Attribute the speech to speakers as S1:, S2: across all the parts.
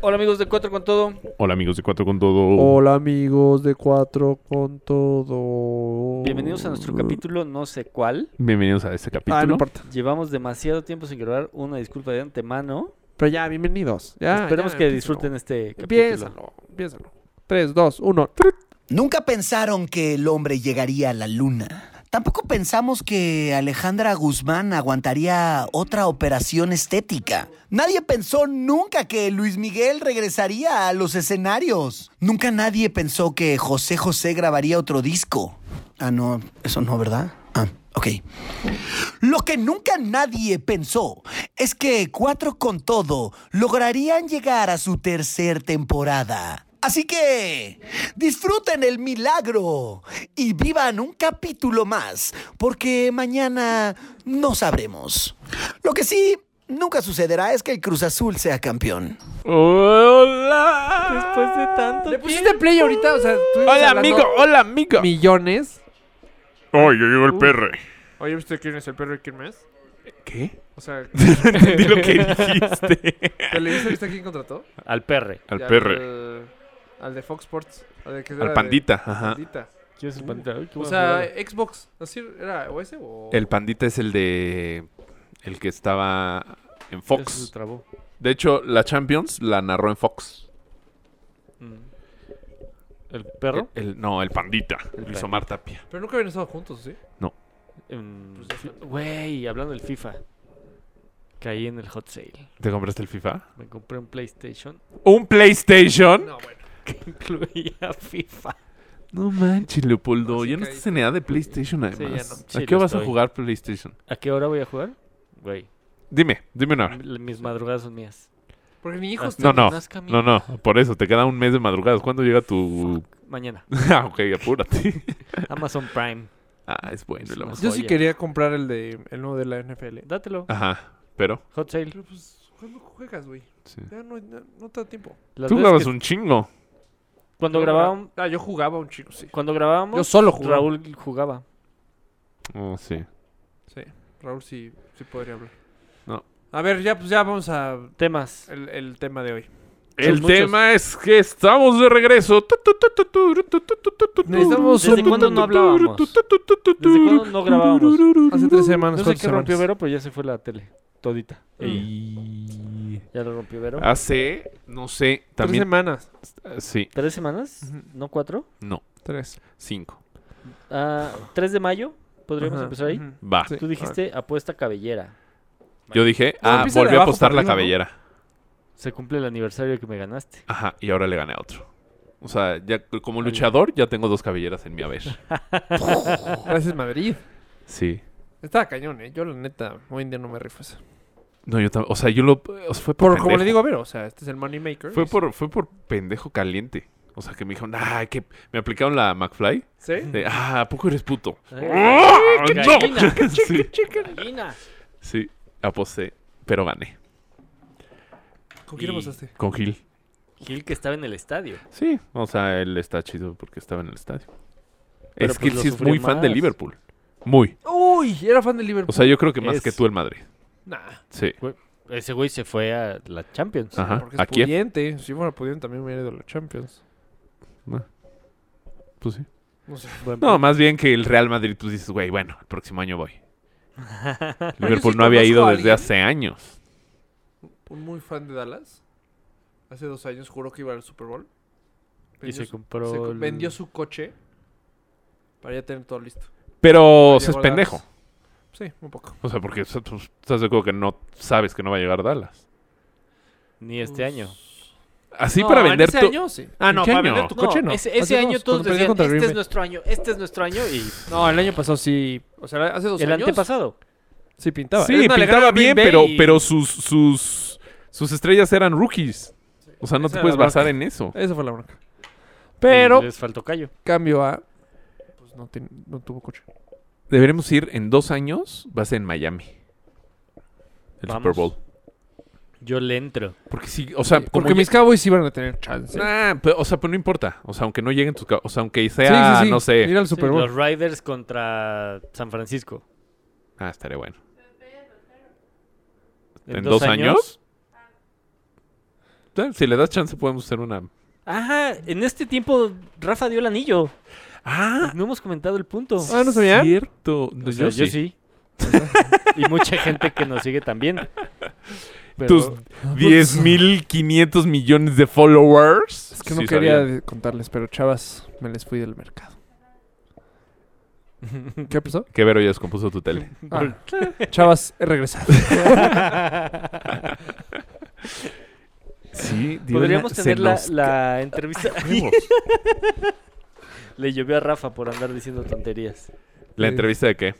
S1: Hola amigos de Cuatro con Todo.
S2: Hola amigos de Cuatro con Todo.
S3: Hola amigos de Cuatro con Todo.
S1: Bienvenidos a nuestro capítulo, no sé cuál.
S2: Bienvenidos a este capítulo.
S3: Ah, no importa.
S1: Llevamos demasiado tiempo sin grabar, una disculpa de antemano.
S3: Pero ya, bienvenidos. Ya,
S1: Esperemos
S3: ya,
S1: que
S3: empiézalo.
S1: disfruten este capítulo.
S3: Empiézalo, empiézalo. 3, 2, 1.
S4: Nunca pensaron que el hombre llegaría a la luna. Tampoco pensamos que Alejandra Guzmán aguantaría otra operación estética. Nadie pensó nunca que Luis Miguel regresaría a los escenarios. Nunca nadie pensó que José José grabaría otro disco. Ah, no, eso no, ¿verdad? Ah, ok. Lo que nunca nadie pensó es que Cuatro con Todo lograrían llegar a su tercer temporada. Así que disfruten el milagro y vivan un capítulo más, porque mañana no sabremos. Lo que sí nunca sucederá es que el Cruz Azul sea campeón.
S2: Hola.
S3: Después de tanto. Le pusiste play ahorita, o sea, estuvimos
S2: Hola
S3: hablando
S2: amigo, hola amigo.
S3: Millones.
S2: Oh, yo llegó el
S3: Uy.
S2: perre.
S3: Oye, ¿viste quién es el perro y quién es?
S2: ¿Qué?
S3: O sea,
S2: No entendí lo que dijiste.
S3: ¿te le dices quién contrató?
S1: Al perre.
S2: Al
S3: Y
S2: perre.
S3: Al, al de Fox Sports. Al, de que era
S2: Al
S3: de-
S2: pandita. Ajá.
S3: pandita.
S1: ¿Quién es el
S3: O sea, Xbox. Así era, o ese o.
S2: El pandita es el de. El que estaba en Fox.
S1: trabó.
S2: De hecho, la Champions la narró en Fox.
S1: Mm. ¿El perro?
S2: El, el- no, el pandita. Luis Omar Tapia.
S3: Pero nunca habían estado juntos, ¿sí?
S1: em,
S3: Pues ya está.
S1: Güey, hablando del FIFA. Caí en el hot sale.
S2: ¿Te compraste el FIFA?
S1: Me compré un PlayStation
S2: ¿Un PlayStation? No,
S1: que incluía FIFA.
S2: manches, Leopoldo.
S3: Así
S2: ya no
S3: caíste.
S2: estás en edad de PlayStation,
S1: ya
S2: además.
S1: no. Sí,
S2: ¿A qué
S1: lo
S2: vas a
S1: estoy.
S2: jugar PlayStation?
S1: ¿A qué hora voy a jugar? Güey,
S2: Dime, dime una hora.
S1: m- mis madrugadas son mías.
S3: Porque mi hijo
S1: Ah,
S2: No,
S3: está.
S2: no,
S1: nazca mi
S2: no, no, por eso, te queda un mes de madrugadas. ¿Cuándo llega tu...?
S1: Mañana.
S2: ah, ok, apúrate.
S1: Amazon Prime.
S2: ah, es bueno el
S1: Yo
S2: Amazon.
S3: Yo sí
S1: Oye.
S3: quería comprar el de el nuevo de la NFL.
S1: Dátelo.
S2: Ah. Ajá, pero...
S1: Hot sale.
S3: Pero pues, ¿cuándo juegas, güey?
S2: sí.
S3: Ya no, no, no te da tiempo.
S1: Las
S2: Tú
S1: veces
S2: grabas
S1: que-
S2: un chingo.
S1: Cuando
S3: Yo
S1: grabábamos,
S3: Ah, yo jugaba un chico, sí.
S1: cuando
S3: Yo
S1: grabábamos
S3: solo jugaba.
S1: Raúl jugaba.
S2: Oh, sí.
S3: Sí, Raúl sí, sí podría hablar.
S2: No.
S3: A ver, ya, pues ya vamos a
S1: Temas.
S3: el, el tema de hoy.
S2: El
S1: muchos.
S2: tema es que estamos de regreso.
S3: Necesitamos
S1: ¿Desde cuándo no hablábamos? ¿Desde cuándo no grabábamos?
S3: Hace tres semanas,
S1: No sé
S3: cuatro
S1: qué rompió
S3: semanas.
S1: Vero, pero ya se fue la tele. Todita. Ella.
S2: Y-
S1: Mm. Ya lo rompió Vero.
S3: Ah.
S2: Hace, no sé,
S3: Tres
S2: también... eh,
S3: semanas.
S2: Sí,
S1: ¿Tres semanas?
S3: Ujú.
S1: ¿No cuatro?
S2: no,
S3: Tres.
S2: cinco.
S1: Ah, ¿Tres de mayo? ¿Podríamos
S3: Ajá,
S1: empezar ahí?
S3: ujú.
S2: Va.
S3: Sí.
S1: Tú dijiste apuesta cabellera.
S2: Yo dije,
S3: No,
S2: ah,
S3: empieza de
S2: volví a
S3: abajo
S2: apostar
S3: para
S2: la
S3: arriba, ¿no?
S2: cabellera.
S1: Se cumple el aniversario que me ganaste.
S2: Ajá, y ahora le gané a otro. O sea, ya c- como luchador ya tengo dos cabelleras en mi haber.
S3: Gracias, Madrid.
S2: Sí.
S3: Estaba cañón, ¿eh? Yo, la neta, hoy en día no me rifo esa.
S2: No, yo también. O sea, yo lo. o sea, fue por.
S3: Por, como
S2: pendejo.
S3: le digo a ver, o sea, este es el money maker.
S2: Fue
S3: Y-
S2: por, fue por pendejo caliente. O sea, que me dijeron, ay, que. Me aplicaron la McFly.
S3: ¿Sí?
S2: De, ah, ¿a poco eres puto?
S1: Eh,
S2: ¡Ah,
S1: qué
S2: no!
S1: gallina,
S2: sí,
S1: gallina.
S2: sí, aposté, pero gané.
S3: ¿Con quién
S1: Y-
S3: apostaste?
S2: Con Gil.
S1: Gil que estaba en el estadio.
S2: Sí, o sea, él está chido porque estaba en el estadio.
S1: Pero pues
S2: es que él
S1: lo
S2: sí es
S1: sufrió
S2: muy fan de
S1: más.
S2: Liverpool. Muy.
S3: Uy, era fan del Liverpool.
S2: O sea, yo creo que más
S1: Es-
S2: que tú el Madrid.
S3: nah,
S2: Sí.
S1: Ese güey se fue a la Champions.
S2: Ajá.
S3: porque es
S2: ¿A quién?
S3: pudiente. Si fuera pudiente también me iría de los Champions.
S2: Pues sí.
S3: No sé.
S2: No, más bien que el Real Madrid, tú dices, güey, bueno, el próximo año voy.
S3: Yo
S2: Liverpool
S3: sí
S2: no había
S3: conozco
S2: ido
S3: a
S2: desde
S3: alguien.
S2: hace años.
S3: Un muy fan de Dallas. Hace dos años juró que iba al Super Bowl.
S1: Y se
S3: su-
S1: compró.
S3: se co-
S1: el-
S3: vendió su coche para ya tener todo listo.
S2: Pero
S3: Llegó
S2: o sea, es
S3: Dallas.
S2: pendejo.
S3: Sí, un poco.
S2: O sea, porque o sea, tú estás de acuerdo que no sabes que no va a llegar Dallas.
S1: Ni este
S3: Pues-
S1: año.
S2: Así para
S3: No,
S2: vender
S3: ¿En ese
S2: tu-
S3: año sí?
S2: Ah, no,
S3: ¿En qué
S2: para
S3: año?
S2: vender tu
S3: No,
S1: Ese,
S3: Hace
S1: ese
S3: dos,
S1: año todos
S3: cuando perdió
S1: decían,
S3: contra
S1: este
S3: Green
S1: es
S3: Bay".
S1: nuestro año, este es nuestro año. Y
S3: No, el año pasado sí. O sea, hace dos
S1: el
S3: años.
S1: antepasado.
S3: Sí, pintaba.
S2: Sí,
S3: Es más, le
S2: pintaba
S3: ganaron a
S2: bien,
S3: Green Bay
S2: pero,
S3: y-
S2: pero sus, sus, sus estrellas eran rookies. O sea, no
S3: esa
S2: te
S3: era
S2: puedes
S3: la
S2: basar en eso.
S3: Esa fue la bronca. Pero,
S1: Y Les faltó callo.
S3: cambio a. Pues no, tiene- no tuvo coche.
S2: Deberemos ir en dos años, va a ser en Miami. El
S1: Vamos.
S2: Super Bowl.
S1: Yo le entro.
S2: Porque sí, o sea, como
S3: Porque
S2: ya-
S3: mis Cowboys sí iban a tener chance.
S2: Nah, pero, o sea, pero no importa. O sea, aunque no lleguen tus... ca- O sea, aunque sea, no sé...
S3: Ir al
S1: Sí,
S3: Super Bowl.
S1: los Riders contra San Francisco.
S2: Ah, estaré bueno.
S1: En,
S2: ¿En
S1: dos,
S2: dos
S1: años.
S2: eh, si le das chance podemos hacer una...
S1: Ajá, en este tiempo Rafa dio el anillo.
S2: Ah,
S1: No hemos comentado el punto.
S3: Ah, ¿no sabía?
S2: cierto. No,
S1: O sea,
S2: Pues yo sí.
S1: y mucha gente que nos sigue también. Pero-
S2: Tus
S3: Pues,
S2: 10.500 millones de followers.
S3: Es
S2: Sí
S3: que no quería
S2: sabía.
S3: de- contarles, pero chavas, me les fui del mercado. ¿Qué pasó?
S2: Que Vero ya descompuso tu tele.
S3: Ah, chavas, he regresado.
S2: Sí, dio
S1: Podríamos
S2: la- se
S1: tener la,
S2: nos
S1: la entrevista.
S2: ca- huevos.
S1: Le llovió a Rafa por andar diciendo tonterías
S2: ¿La entrevista de qué?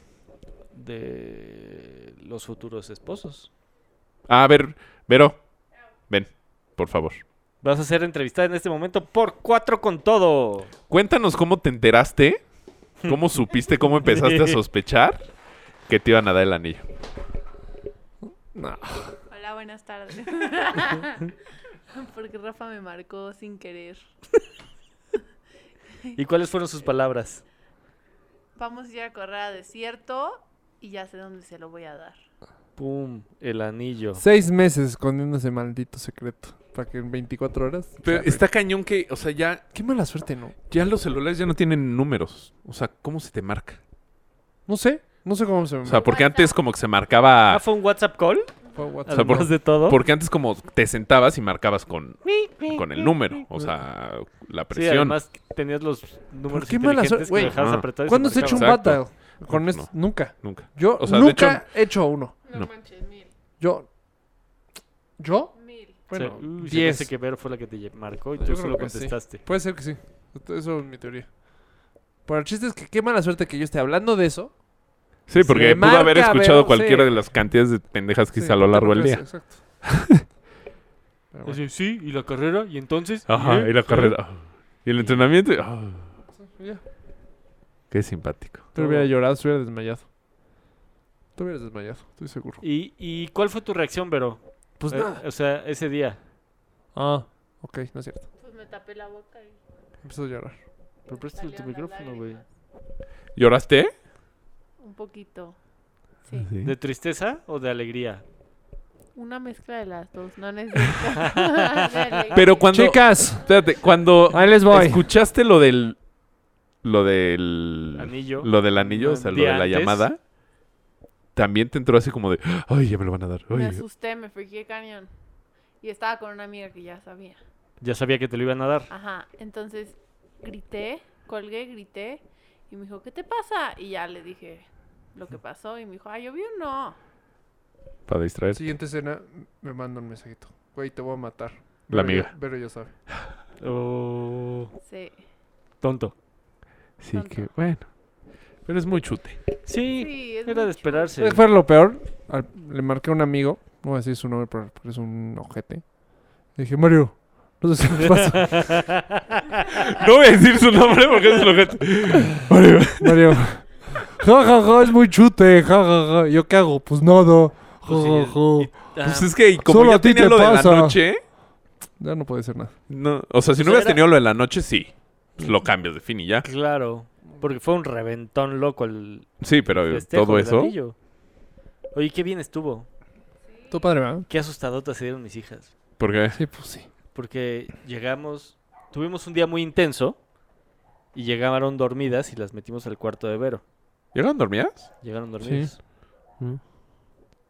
S1: de los futuros esposos.
S2: Ah, a ver, Vero, ven, por favor.
S1: Vas a ser entrevistada en este momento por cuatro con todo.
S2: Cuéntanos cómo te enteraste, cómo supiste, cómo empezaste a sospechar que te iban a dar el anillo.
S3: No.
S5: Hola, buenas tardes. Porque Rafa me marcó sin querer.
S1: ¿Y cuáles fueron sus palabras?
S5: Vamos a ir a correr a desierto y ya sé dónde se lo voy a dar.
S1: Pum, el anillo.
S3: Seis meses escondiendo ese maldito secreto. Para que en 24 horas.
S2: Pero está cañón que, o sea, ya,
S3: Qué mala suerte, ¿no?
S2: ya los celulares ya no tienen números. O sea, ¿cómo se te marca?
S3: No sé. No sé cómo se me
S2: O sea, porque antes como que se marcaba...
S1: Ah, fue un WhatsApp call.
S3: fue WhatsApp.
S2: sea, por-
S1: Además de todo.
S2: Porque antes como te sentabas y marcabas con, con el número, o sea, la
S1: Sí,
S2: presión. ah.
S1: además tenías los números
S3: qué mala
S1: inteligentes
S3: suerte?
S1: que
S3: Güey,
S1: dejabas
S2: no.
S1: apretados y se
S3: ¿Cuándo se ha hecho un
S1: marcaban.
S2: Exacto.
S3: battle? Con
S2: No.
S3: esto, nunca.
S2: Nunca.
S3: Yo
S2: O sea, de
S3: nunca he hecho uno.
S2: No.
S5: manches, mil,
S3: Yo. ¿Yo?
S5: mil.
S3: Bueno,
S1: O sea, uy, se me
S3: 10.
S1: hace que Vero fue la que te marcó y
S3: Yo
S1: tú
S3: creo
S1: solo
S3: que sí.
S1: contestaste.
S3: Puede ser que sí. Esto- Eso es mi teoría. Pero el chiste es que qué mala suerte que yo esté hablando de eso.
S2: Sí, porque
S3: Se
S2: pudo haber
S3: marca,
S2: escuchado
S3: Vero,
S2: cualquiera de
S3: sí.
S2: las cantidades de pendejas que
S3: Sí,
S2: hice a lo
S3: no te
S2: largo del día.
S3: preocupes, Exacto. Pero bueno.
S1: Así, Sí, y la carrera, y entonces.
S2: Ajá,
S1: ¿eh?
S2: y la carrera. Y el entrenamiento. y- ah,
S3: Ya.
S2: qué simpático.
S3: Te hubiera llorado, te hubiera desmayado. Te hubieras desmayado, estoy seguro.
S1: ¿Y, y cuál fue tu reacción, Vero?
S3: Pues
S1: Eh,
S3: nada.
S1: O sea, ese día.
S3: Ah, ok, no es cierto.
S5: Pues me tapé la boca y.
S3: Empezó a llorar.
S1: Pero presta tu
S5: salieron las
S1: micrófono, güey.
S5: lágrimas.
S2: ¿Lloraste?
S5: Un poquito. Sí.
S1: ¿De tristeza o de alegría?
S5: Una mezcla de las dos, no necesito.
S2: Pero cuando.
S3: Chicas,
S2: Espérate, cuando
S3: ahí les voy.
S2: escuchaste lo del. Lo del.
S1: Anillo.
S2: Lo del anillo, o sea, lo
S1: Día
S2: de la
S1: antes.
S2: llamada. También te entró así como de. Ay, ya me lo van a dar.
S5: Me
S2: ay".
S5: asusté, me friqué cañón. Y estaba con una amiga que ya sabía.
S1: Ya sabía que te lo iban a dar.
S5: Ajá, entonces grité, colgué, grité y me dijo, ¿qué te pasa? Y ya le dije lo que pasó y me dijo, ah, yo vi un no.
S2: Para distraer.
S3: Siguiente escena, me manda un mensajito. Güey, te voy a matar.
S2: La
S3: Pero
S2: amiga.
S3: ya- Pero ya sabe.
S1: Oh,
S5: Sí,
S1: tonto.
S2: Sí, que bueno. Pero es muy chute.
S1: Sí,
S5: sí, es
S1: era de
S5: mucho.
S1: esperarse.
S3: ¿Sabes Pues ¿Fue lo peor? Al- le marqué a un amigo, no voy a decir su nombre pero- porque es un ojete. Le dije, Mario, no sé si me pasa.
S2: No voy a decir su nombre porque es lo que. Mario.
S3: Mario, ja, ja, ja, es muy chute, ja, ja, ja. ¿Yo qué hago? Pues nada, ja,
S1: Pues sí,
S3: ja,
S1: y-
S3: ja.
S1: ah,
S2: Pues es que y como
S3: Solo
S2: ya
S3: a ti
S2: tenía
S3: te
S2: lo de
S3: pasa.
S2: la noche.
S3: Ya no puede ser nada.
S2: No, o sea, si
S1: sea,
S2: no hubieras
S1: Pues era-
S2: tenido lo de la noche, sí. Pues lo cambias de fin y ya.
S1: Claro, porque fue un reventón loco el
S2: Sí, pero
S1: festejo
S2: todo
S1: del
S2: eso.
S1: anillo. Oye, qué bien estuvo.
S3: Tu padre, ¿verdad?
S1: Qué asustadotas se dieron mis hijas.
S2: Porque
S3: Sí, pues sí.
S1: Porque llegamos, tuvimos un día muy intenso y llegaron dormidas y las metimos al cuarto de Vero.
S2: llegaron dormidas.
S1: Llegaron dormidas.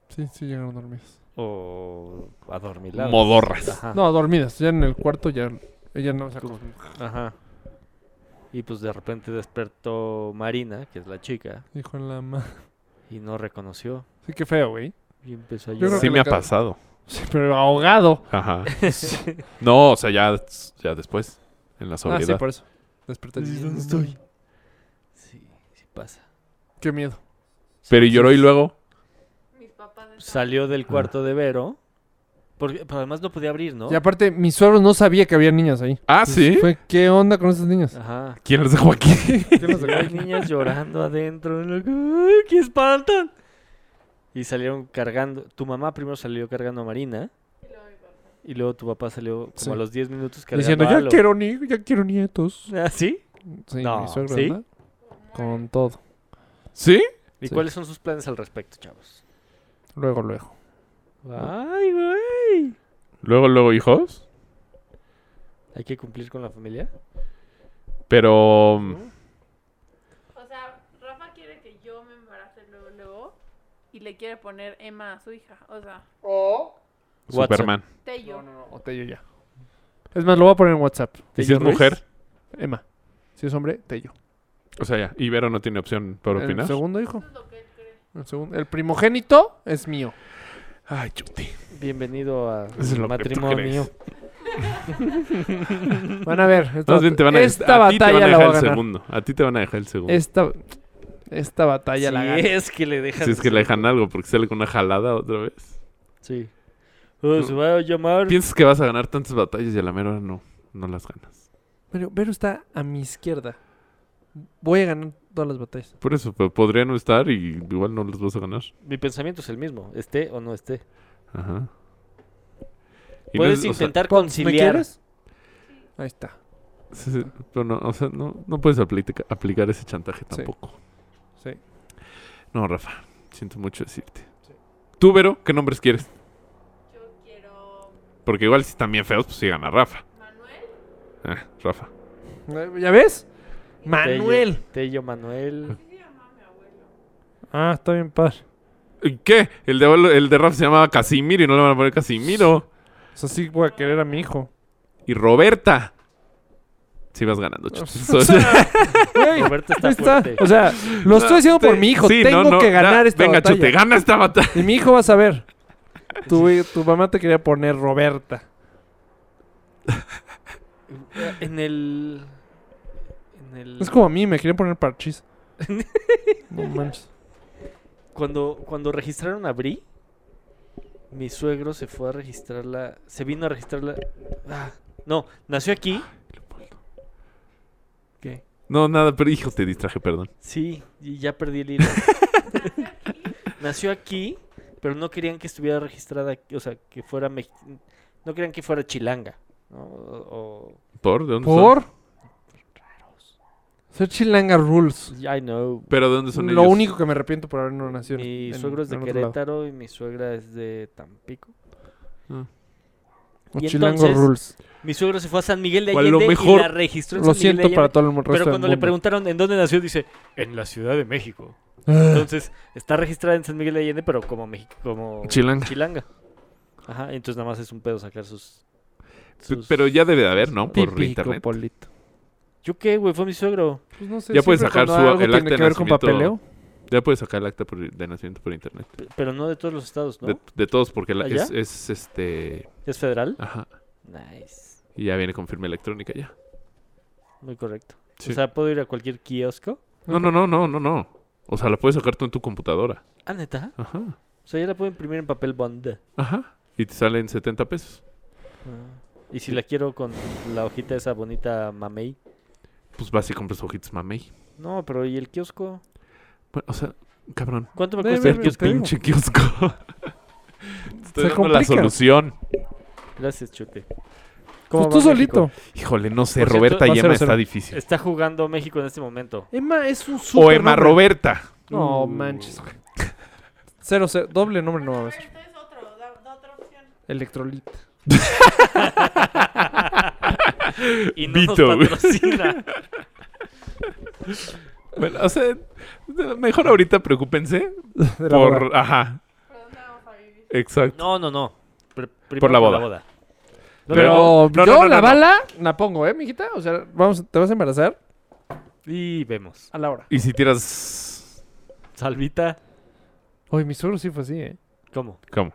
S3: Sí, sí, llegaron dormidas.
S1: O adormiladas.
S2: Modorras.
S1: Ajá.
S3: Ah. No, dormidas. Ya en el cuarto ya... Ella no se acostó.
S1: Ajá. Y pues de repente despertó Marina, que es la chica,
S3: Dijo en la ma...
S1: y no reconoció.
S3: Sí, qué feo, güey.
S1: Y empezó a
S3: Yo creo
S1: llorar.
S2: Sí
S3: que
S2: me
S3: la
S2: ha
S3: ca-
S2: pasado.
S3: Sí, pero ahogado.
S2: Ajá. No, o sea, ya, ya después. En la
S3: Ah, sí,
S2: soledad.
S3: por eso. Desperté.
S1: ¿Dónde estoy? Sí, sí pasa.
S3: Qué miedo.
S2: Pero y lloró y luego.
S5: Mis papás estaban-
S1: Salió del cuarto de Vero. Porque, pero además no podía abrir, ¿no?
S3: Y aparte, mis suegros no sabía que había niñas ahí.
S2: Ah,
S3: Entonces,
S2: sí.
S3: Fue, ¿qué onda con esas niñas?
S1: Ajá.
S2: ¿Quién los dejó aquí?
S1: Y Hay niñas llorando adentro. loco. ¡Ay, ¡Qué espantan! Y salieron cargando. Tu mamá primero salió cargando a Marina. Y luego tu papá salió como
S3: Sí.
S1: a los 10 minutos cargando
S3: Diciendo,
S1: a
S3: ya
S1: Alo".
S3: quiero, ni ya quiero nietos.
S1: ¿Ah, sí?
S3: Sí,
S1: No,
S3: mi suegro,
S1: ¿sí?
S3: ¿verdad? Con todo.
S2: ¿Sí?
S1: ¿Y
S3: Sí.
S1: cuáles son sus planes al respecto, chavos?
S3: Luego, luego.
S1: ¡Ay, güey!
S2: Luego, luego, hijos.
S1: Hay que cumplir con la familia.
S2: Pero. mm,
S5: O sea, Rafa quiere que yo me embarace luego, luego. Y le quiere poner Emma a su hija. O sea,
S1: Watson.
S2: Superman.
S5: Tello.
S3: O Tello ya. Es más, lo voy a poner en WhatsApp.
S2: ¿Y si es
S1: Ruiz?
S2: mujer?
S3: Emma. Si es hombre, Tello.
S2: O sea, ya. Ibero no tiene opción
S1: Eh,
S2: por
S3: El
S2: opinar.
S3: segundo hijo.
S5: Eso es lo que él cree.
S3: El, segundo. el primogénito es mío.
S2: Ay, chuti.
S1: Bienvenido a
S2: Eso es lo que tú
S1: matrimonio.
S2: crees.
S3: Van a ver. Esta,
S2: Más bien te van a,
S3: esta
S2: a ti te
S3: batalla
S2: van a
S3: la
S2: dejar
S3: voy a
S2: el
S3: ganar.
S2: segundo. A ti te van a dejar el segundo.
S3: Esta, esta batalla la
S1: Si
S3: gano.
S1: es que le dejan.
S2: Si es que le dejan algo porque sale con una jalada otra vez.
S1: Sí. Oh, se va a llamar.
S2: Piensas que vas a ganar tantas batallas y a la mera hora no. No las ganas.
S3: Pero Vero está a mi izquierda. Voy a ganar todas las batallas.
S2: Por eso, pero podría no estar y igual no los vas a ganar.
S1: Mi pensamiento es el mismo, esté o no esté.
S2: Ajá. Y no
S1: Puedes
S2: es- o sea,
S1: intentar
S3: ¿Me
S1: conciliar.
S3: quieres? Ahí está.
S2: Sí, sí, pero no, o sea, no, no puedes aplica- aplicar ese chantaje tampoco.
S3: Sí.
S2: No, Rafa, siento mucho decirte. Tú, Vero, ¿qué nombres quieres?
S5: Yo quiero
S2: Porque igual si están bien feos, pues sí gana Rafa.
S5: Manuel.
S2: Ah, Rafa.
S3: Eh, ¿Ya ves?
S1: Tello-
S3: Manuel.
S1: Tello Manuel.
S3: Ah, está bien padre.
S2: ¿Y ¿Qué? El de, abuelo- el de Rafa se llamaba Casimiro y no le van a poner Casimiro.
S3: O sea, sí voy a querer a mi hijo.
S2: Y Roberta. Sí vas ganando, chutos.
S3: O sea, güey,
S1: Roberto está
S3: ahí está.
S1: fuerte.
S3: O sea, lo estoy haciendo por mi hijo.
S2: Sí, no,
S3: Tengo
S2: no,
S3: que
S2: na-
S3: ganar esta
S2: Venga,
S3: batalla.
S2: chute, gana esta batalla.
S3: Y mi hijo va a saber. Tu, tu mamá te quería poner Roberta.
S1: En el. En el.
S3: Es como a mí, me querían poner parchis. No manches.
S1: Cuando, cuando registraron a Bri, mi suegro se fue a registrarla. Se vino a registrarla. Ah, no, nació aquí. ¿Qué?
S2: No, nada, pero hijo, te distraje, perdón.
S1: Sí, y ya perdí el hilo. Nació aquí, pero no querían que estuviera registrada, aquí, o sea, que fuera mex- no querían que fuera chilanga, ¿no? O,
S2: ¿Por? ¿De dónde
S3: ¿Por? Ser chilanga rules.
S1: o- I know.
S2: son? ¿Pero de dónde son
S3: Lo
S2: ellos?
S3: único que me arrepiento por haber no nacido. en-
S1: Mi
S3: en-
S1: suegro es de
S3: en otro lado.
S1: Querétaro y mi suegra es de Tampico.
S3: Ah. Los
S1: Y
S3: chilango
S1: entonces,
S3: rules.
S1: Mi suegro se fue a San Miguel de
S2: O a lo
S1: Allende y
S2: mejor-
S1: la registró en
S3: Lo
S1: San Miguel de
S3: siento para
S1: Allende,
S3: todo el resto
S1: Pero
S3: del
S1: cuando le
S3: mundo.
S1: preguntaron en dónde nació, dice, en la Ciudad de México.
S3: Ah.
S1: Entonces, está registrada en San Miguel de Allende, pero como México, como
S2: Chilanga.
S1: chilanga. Ajá, entonces nada más es un pedo sacar sus...
S2: P-
S1: sus-
S2: Pero ya debe de haber, ¿no? Por
S3: Típico
S2: internet.
S3: Polito.
S1: ¿Yo qué, güey? Fue mi suegro.
S3: Pues no sé,
S2: Ya puedes
S3: siempre
S2: sacar
S3: cuando
S2: su-
S3: algo
S2: el
S3: tiene
S2: acta de
S3: que ver con
S2: nacimiento.
S3: papeleo.
S2: Ya puedes sacar el acta por- de nacimiento por internet.
S1: P- Pero no de todos los estados, ¿no?
S2: De, de todos, porque la-
S1: ¿Allá?
S2: es, es, este.
S1: ¿Es federal?
S2: Ajá.
S1: Nice.
S2: Y ya viene con firma electrónica ya.
S1: Muy correcto.
S2: Sí.
S1: O sea, ¿puedo ir a cualquier kiosco?
S2: no, no, no, no, no, no. O sea, la puedes sacar tú en tu computadora.
S1: Ah, ¿neta?
S2: Ajá.
S1: O sea, ya la puedo imprimir en papel bond. Ah.
S2: Ajá. Y te salen 70 pesos.
S1: Y si la quiero con la hojita esa bonita mamey.
S2: Pues vas y compras hojitas, mamey.
S1: No, pero ¿y el kiosco?
S2: Bueno, o sea, cabrón.
S1: ¿Cuánto me
S3: Ve,
S1: cuesta
S3: ve,
S1: el
S2: Ser tu
S3: ve.
S1: kiosco?
S3: te digo.
S2: pinche kiosco. Estoy
S3: Se
S2: dando
S3: complica.
S2: la solución.
S1: Gracias, chute.
S3: Pues
S1: ¿Cómo
S3: tú
S1: va México?
S3: solito.
S2: Híjole, no sé.
S1: Por cierto,
S2: Roberta
S3: va
S2: y Emma
S3: cero,
S2: está
S3: cero.
S2: difícil.
S1: Está jugando México en este momento.
S3: Emma es un super
S2: O Emma
S3: nombre.
S2: Roberta.
S3: No manches, güey. Cero, cero. Doble nombre no va a haber.
S5: Este es otro, da, da otra opción.
S3: Electrolit.
S1: Y no
S2: Vito,
S1: nos
S2: güey.
S1: patrocina.
S2: Bueno, o sea, mejor ahorita preocúpense
S3: De la boda.
S2: por. Ajá.
S5: ¿Pero dónde vamos a vivir?
S2: Exacto.
S1: No, no, no. Pr- primero
S2: Por la boda.
S3: Pero
S2: Pero- no,
S3: yo
S2: no, no,
S3: la
S2: no.
S3: bala la pongo, ¿eh, mijita? O sea, vamos, te vas a embarazar
S1: Y vemos.
S3: a la hora.
S2: Y si tiras.
S1: Salvita.
S3: Oye, mi suegro sí fue así, ¿eh?
S1: ¿Cómo?
S2: ¿Cómo?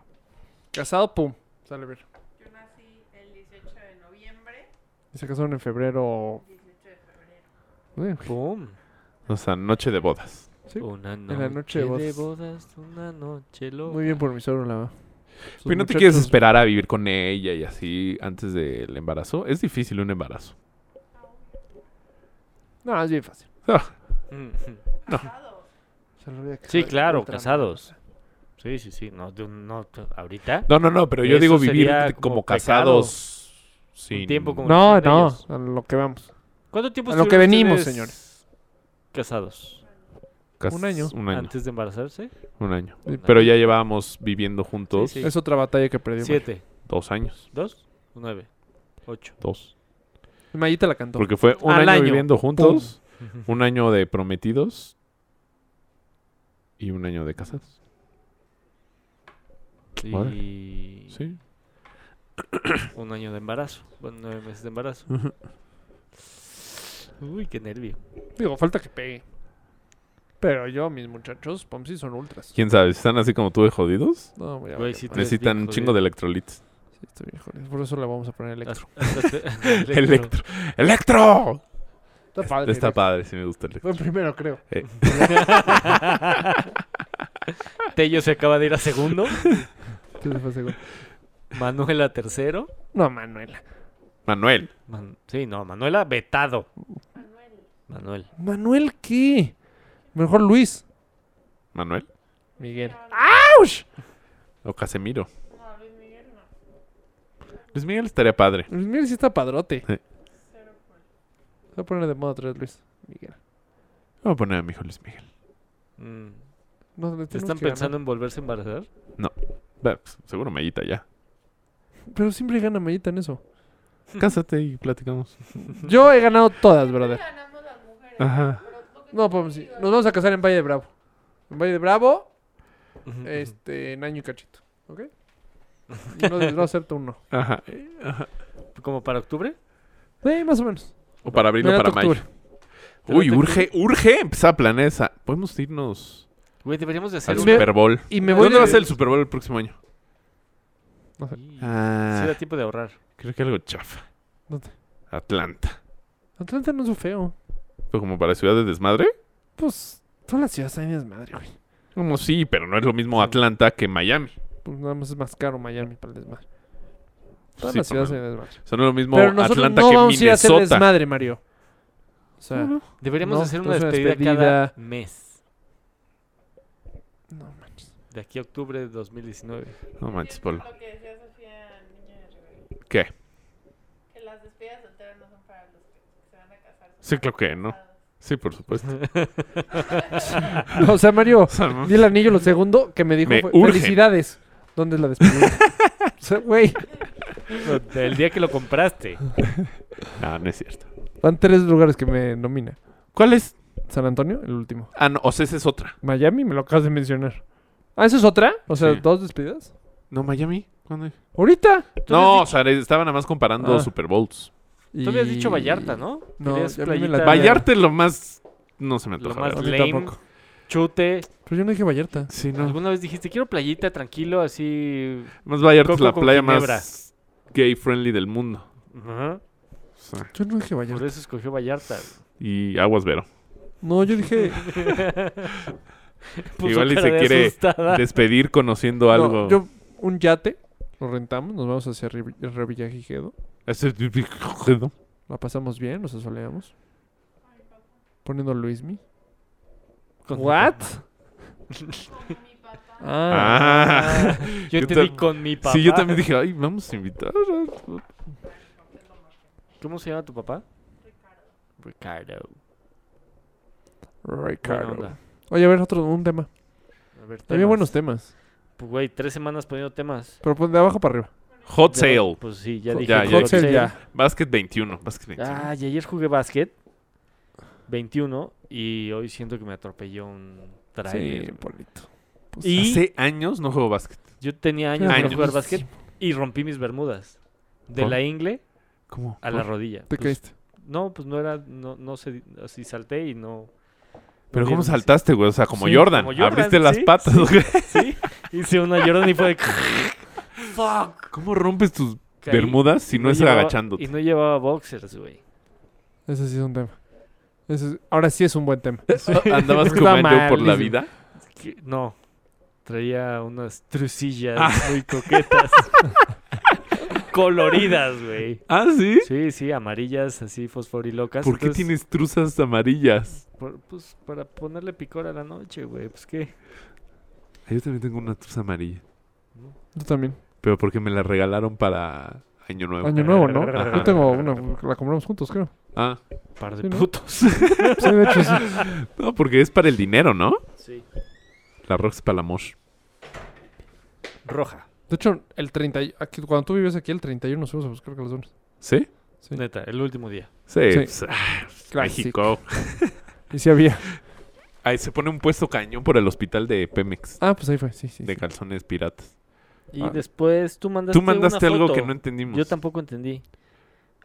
S3: Casado, pum. Sale ver.
S5: Yo nací el 18 de noviembre,
S3: Y se casaron en febrero.
S5: 18 de febrero.
S3: Uy,
S1: ¡Pum!
S2: O sea, noche de bodas.
S3: Sí.
S1: Una noche,
S3: la noche de
S1: de
S3: bodas.
S1: bodas, una noche loca.
S3: Muy bien por mi suegro, la verdad. Sus
S2: Pero Pues no te
S3: muchachos-
S2: quieres esperar a vivir con ella y así antes del embarazo. Es difícil un embarazo.
S3: No, es bien fácil.
S2: Ah,
S1: Mm.
S5: Casados.
S3: Se lo voy a
S1: Sí,
S3: casar.
S1: claro,
S3: Otra
S1: casados. Sí, sí, sí. No, de un- no t- ahorita.
S2: No, no, no, pero yo
S1: Eso
S2: digo vivir
S1: sería
S2: como,
S1: como
S2: casados. Sin...
S1: Un tiempo como-
S3: No,
S1: Son
S3: no,
S1: bellos.
S3: a lo que vamos.
S1: ¿Cuánto tiempo
S3: A lo que
S1: estuvieron
S3: venimos,
S1: ustedes
S3: señores.
S1: Casados.
S2: Cas-
S3: un año.
S2: Un año.
S1: Antes de embarazarse.
S2: un año.
S3: Sí.
S2: Pero ya llevábamos viviendo juntos
S1: Sí, sí.
S3: Es otra batalla que perdimos.
S1: Siete,
S2: dos años.
S1: dos, nueve, ocho.
S2: Dos.
S6: Mayita la cantó.
S2: Porque fue un
S1: Al
S2: año,
S1: año.
S2: viviendo juntos, un año de prometidos y un año de casados. Órale.
S1: Y
S2: Sí.
S1: un año de embarazo. Bueno, nueve meses de embarazo. Uy, qué nervio.
S6: Digo, falta que pegue. Pero yo, mis muchachos, pum, sí son ultras.
S2: ¿Quién sabe? si ¿Están así como tú de jodidos?
S6: No, güey, ya
S1: Güey,
S6: valió
S1: sí
S6: madre.
S2: Necesitan
S1: bien
S2: un chingo
S1: jodido.
S2: de electrolitos.
S6: Sí, estoy bien jodido. Por eso le vamos a poner electro.
S1: Ah, Electro.
S2: Electro. ¡Electro!
S6: Está padre.
S2: Está
S6: electro.
S2: padre, sí me gusta el electro.
S6: Fue primero, creo.
S2: Eh,
S1: Tello se acaba de ir a segundo.
S6: Sí, fue segundo.
S1: Manuela tercero.
S6: No, Manuela.
S2: Manuel.
S1: Man- Sí, no, Manuela vetado. Manuel.
S6: ¿Manuel qué? Mejor Luis.
S2: Manuel.
S6: Miguel.
S2: O Casemiro. Luis Miguel estaría padre.
S6: Luis Miguel sí está padrote.
S2: Sí.
S6: Voy a poner de moda otra vez Luis. Miguel.
S2: Voy a poner a mi hijo Luis Miguel.
S1: Mm.
S6: No, le
S1: ¿Te
S6: tenemos
S1: están
S6: que ganar.
S1: pensando en volverse a embarazar?
S2: Va, pues, Seguro Mayita ya.
S6: Pero siempre gana Mayita en eso.
S2: Cásate y platicamos.
S6: Yo he ganado todas, brother.
S5: ganamos las mujeres.
S2: Ajá.
S6: No, pues sí. Nos vamos a casar en Valle de Bravo. En Valle de Bravo,
S1: Ujú, ujú.
S6: este, en año y cachito. ¿Ok? Y no, no acepto uno.
S2: Ajá.
S1: ¿Como para octubre?
S6: Sí, más o menos.
S2: O para abril o
S6: Verano,
S2: para mayo.
S6: octubre.
S2: Uy,
S1: Verano,
S2: urge, urge empezar a planear esa. Podemos irnos
S1: Güey, deberíamos de hacer
S2: al
S1: un...
S6: Me-
S2: Super Bowl.
S6: Y me voy
S2: ¿Dónde
S6: de-
S2: va a ser el Super Bowl el próximo año?
S1: Sí, sí
S2: Ah,
S1: da tiempo de ahorrar.
S2: creo que algo chafa.
S6: ¿Dónde?
S2: Atlanta.
S6: Atlanta no es feo.
S2: ¿Pero como para Ciudad de Desmadre?
S6: Pues, todas las ciudades hay es madre, güey.
S2: Como sí, pero no es lo mismo Atlanta que Miami.
S6: Pues nada más es más caro Miami para el desmadre. Todas
S2: Sí,
S6: las ciudades hay
S2: pero-
S6: desmadre.
S2: O sea, no es lo mismo
S6: Pero nosotros
S2: Atlanta
S6: no
S2: que
S6: vamos a ir a hacer
S2: Minnesota.
S6: desmadre, Mario. O sea, no,
S1: Deberíamos
S6: No,
S1: hacer
S6: no
S1: una
S6: es una
S1: despedida, cada
S6: despedida.
S1: mes.
S6: manches.
S1: De aquí a octubre de 2019.
S2: No manches, Polo.
S5: Lo que decía Sofía Niña de Rivera,
S2: ¿Qué?
S5: que las despedidas solteras no son para los que se van a casar. son
S2: Sí,
S5: para
S2: claro que
S5: los
S2: no.
S5: casados.
S2: Sí, por supuesto.
S6: o sea, Mario,
S2: sea, no-
S6: di el anillo lo segundo que me dijo
S2: Me
S6: fue,
S2: urge.
S6: felicidades. ¿Dónde es la despedida? o sea, güey,
S1: El día que lo compraste.
S2: No, no es cierto.
S6: van tres lugares que me nomina.
S2: ¿Cuál es?
S6: San Antonio, el último.
S2: Ah, no, o sea, esa es otra.
S6: Miami, me lo acabas de mencionar. Ah, ¿esa es otra? O sea,
S2: Sí.
S6: dos despedidas.
S2: No, Miami. ¿Cuándo es?
S6: Ahorita.
S2: No, o sea, estaban nada más comparando
S6: Ah.
S2: Super Bowls.
S1: Tú habías dicho Vallarta, ¿no?
S6: No,
S1: Querías
S6: ya a mí me
S1: playita-
S6: la-
S2: Vallarta es lo más. No se me
S1: Lo
S2: antoja.
S1: más
S6: A
S2: ¿verdad?
S6: mí
S1: Lame.
S6: tampoco.
S1: Chute.
S6: Pero yo no dije Vallarta.
S2: Sí, no.
S1: Alguna vez dijiste, quiero playita, tranquilo, así...
S2: Más Vallarta es
S1: Coco
S2: la
S1: con
S2: playa
S1: ginebra.
S2: más gay friendly del mundo.
S1: Ajá.
S2: O sea,
S6: Yo no dije Vallarta.
S1: Por eso escogió Vallarta.
S2: y aguas vero.
S6: No, yo dije...
S1: Puso
S2: Igual y
S1: cara
S2: se
S1: de
S2: quiere
S1: asustada.
S2: Despedir conociendo
S6: Ah. no,
S2: algo.
S6: yo un yate, lo rentamos, nos vamos hacia Ri- Revillagigedo.
S2: Ese-
S6: La pasamos bien, nos asoleamos. Poniendo Luismi.
S1: Con-
S6: Ah.
S2: Ah.
S1: Yo
S2: Yo
S1: entendí
S2: tam-
S1: con mi papá.
S2: Ah. Sí, yo también dije, ay, vamos a invitar.
S1: ¿Cómo se llama tu papá? Ricardo. Buena
S6: Ricardo.
S1: onda.
S6: Oye, a ver, otro, un tema.
S1: A ver,
S6: Había
S1: temas.
S6: buenos temas.
S1: Pues, güey, tres semanas poniendo temas.
S6: Pero pon de abajo para arriba.
S2: Hot
S1: Ya,
S2: Sale.
S1: Pues sí, ya
S6: Jo-
S1: dije.
S2: ya,
S1: hot
S2: ya
S6: Hot sale,
S1: sale.
S6: ya.
S2: Basket 21. Basket 21.
S1: Ah, y ayer jugué básquet. 21. Y hoy siento que me atropelló un
S6: Sí,
S1: trailer.
S6: Polito. Pues,
S1: y
S2: Hace años no juego básquet.
S1: yo tenía años de no
S2: Años.
S1: jugar básquet y rompí mis bermudas. De
S2: ¿Por?
S1: la ingle
S2: ¿Cómo?
S1: a la rodilla.
S6: Te
S1: Pues,
S6: caíste.
S1: No, pues no era, no, no sé, así salté y no. no
S2: Pero ¿cómo
S1: dieron así.
S2: saltaste, güey? O sea, como
S1: Sí,
S2: Jordan.
S1: como Jordan,
S2: Abriste las
S1: sí,
S2: patas, güey.
S1: Sí, hice una Jordan y fue de... Fuck.
S2: ¿Cómo rompes tus
S1: Caí.
S2: bermudas si
S1: Y
S2: no es
S1: llevaba-
S2: agachándote?
S1: Y no llevaba boxers, güey.
S6: Ese sí es un tema. Ese es- Ahora sí es un buen tema.
S2: Andabas
S6: Está
S2: como yo por la
S6: malísimo.
S2: vida.
S1: Que- No. Traía unas trucillas muy coquetas. coloridas, güey.
S2: Ah, ¿sí?
S1: Sí, sí, amarillas, así fosforilocas.
S2: ¿Por qué
S1: Entonces,
S2: tienes truzas amarillas?
S1: por- pues para ponerle picor a la noche, güey. Pues qué.
S2: Ah, Yo también tengo una truza amarilla.
S6: Yo también.
S2: Pero porque me la regalaron para Año Nuevo.
S6: Año nuevo, ¿no? Yo tengo una. La compramos juntos, creo.
S2: Ah,
S1: Par de
S6: Sí, ¿no?
S1: putos.
S6: Sí, de hecho, sí.
S2: no, porque es para el dinero, ¿no?
S1: Sí.
S2: La Rox para el amor.
S1: Roja.
S6: De hecho, el 30. y- Aquí, cuando tú vivías aquí, el 31 nos fuimos a buscar calzones.
S2: ¿Sí?
S3: Sí.
S1: Neta, el último día.
S2: Sí.
S3: Sí.
S2: pues, ah,
S3: Clásico.
S2: México.
S3: Y sí había.
S2: Ahí se pone un puesto cañón por el hospital de Pemex.
S3: Ah, pues ahí fue, sí, sí.
S2: De
S3: sí.
S2: calzones piratas.
S1: Y
S3: Ah.
S1: después tú mandaste
S2: Tú mandaste
S1: una
S2: algo
S1: foto.
S2: que no entendimos.
S1: Yo tampoco entendí.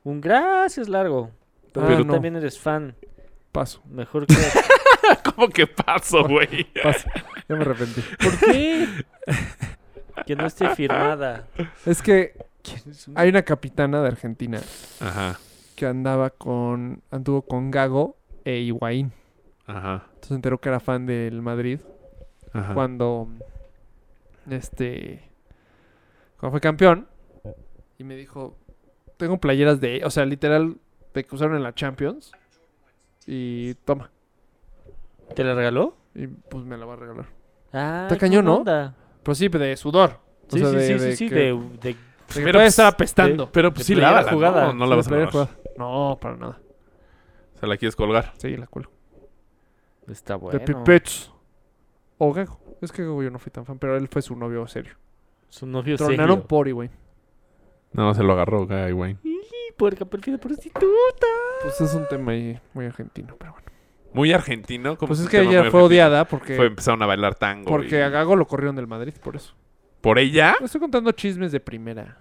S1: Un gracias largo. Pero
S3: Ah,
S1: tú
S3: no.
S1: también eres fan.
S3: Paso,
S1: Mejor que...
S2: ¿Cómo que paso, güey?
S3: paso. Ya me arrepentí.
S1: ¿Por qué? que no esté firmada.
S3: Es que
S1: ¿Quién es un-
S3: hay una capitana de Argentina
S2: Ajá,
S3: que andaba con. anduvo con Gago e Higuaín.
S2: ajá,
S3: Entonces se enteró que era fan del Madrid
S2: ajá.
S3: cuando. Este. Cuando fue campeón. Y me dijo. Tengo playeras de. O sea, literal. Te que usaron en la Champions. Y toma.
S1: ¿Te la regaló?
S3: Y pues me la va a regalar.
S1: Ah,
S3: Está cañón, ¿no?
S1: onda.
S3: Pero Pues sí, de sudor. O
S1: Sí,
S3: sea,
S1: sí,
S3: de-
S1: sí,
S3: de
S1: sí, sí,
S3: que-
S1: de, de-
S3: de que
S2: Pero,
S3: puede
S2: pues,
S3: estar apestando.
S2: Pero pues
S1: de
S2: sí,
S1: playera
S2: lávala,
S1: jugada.
S2: ¿no? No la
S3: Sí,
S2: vas a
S3: playera
S2: lavar.
S3: jugada. No, para nada.
S2: Se la quieres colgar.
S3: Sí, la cuelgo.
S1: Está bueno.
S3: De Pipets. O Gago. Es que Gago yo no fui tan fan, pero él fue su novio serio.
S1: Su novio
S3: Tronaron
S1: Sergio.
S3: por güey.
S2: No, se lo agarró, güey, güey.
S1: Y Puerca perfil de prostituta.
S3: Pues es un tema ahí muy argentino, pero bueno.
S2: Muy argentino. como
S3: Pues es
S2: un
S3: que
S2: tema
S3: ella
S2: muy
S3: fue
S2: argentino.
S3: odiada porque,
S2: Fue, empezaron a bailar tango.
S3: porque
S2: y-
S3: a Gago lo corrieron del Madrid, por eso.
S2: ¿Por ella?
S3: Me estoy contando chismes de primera.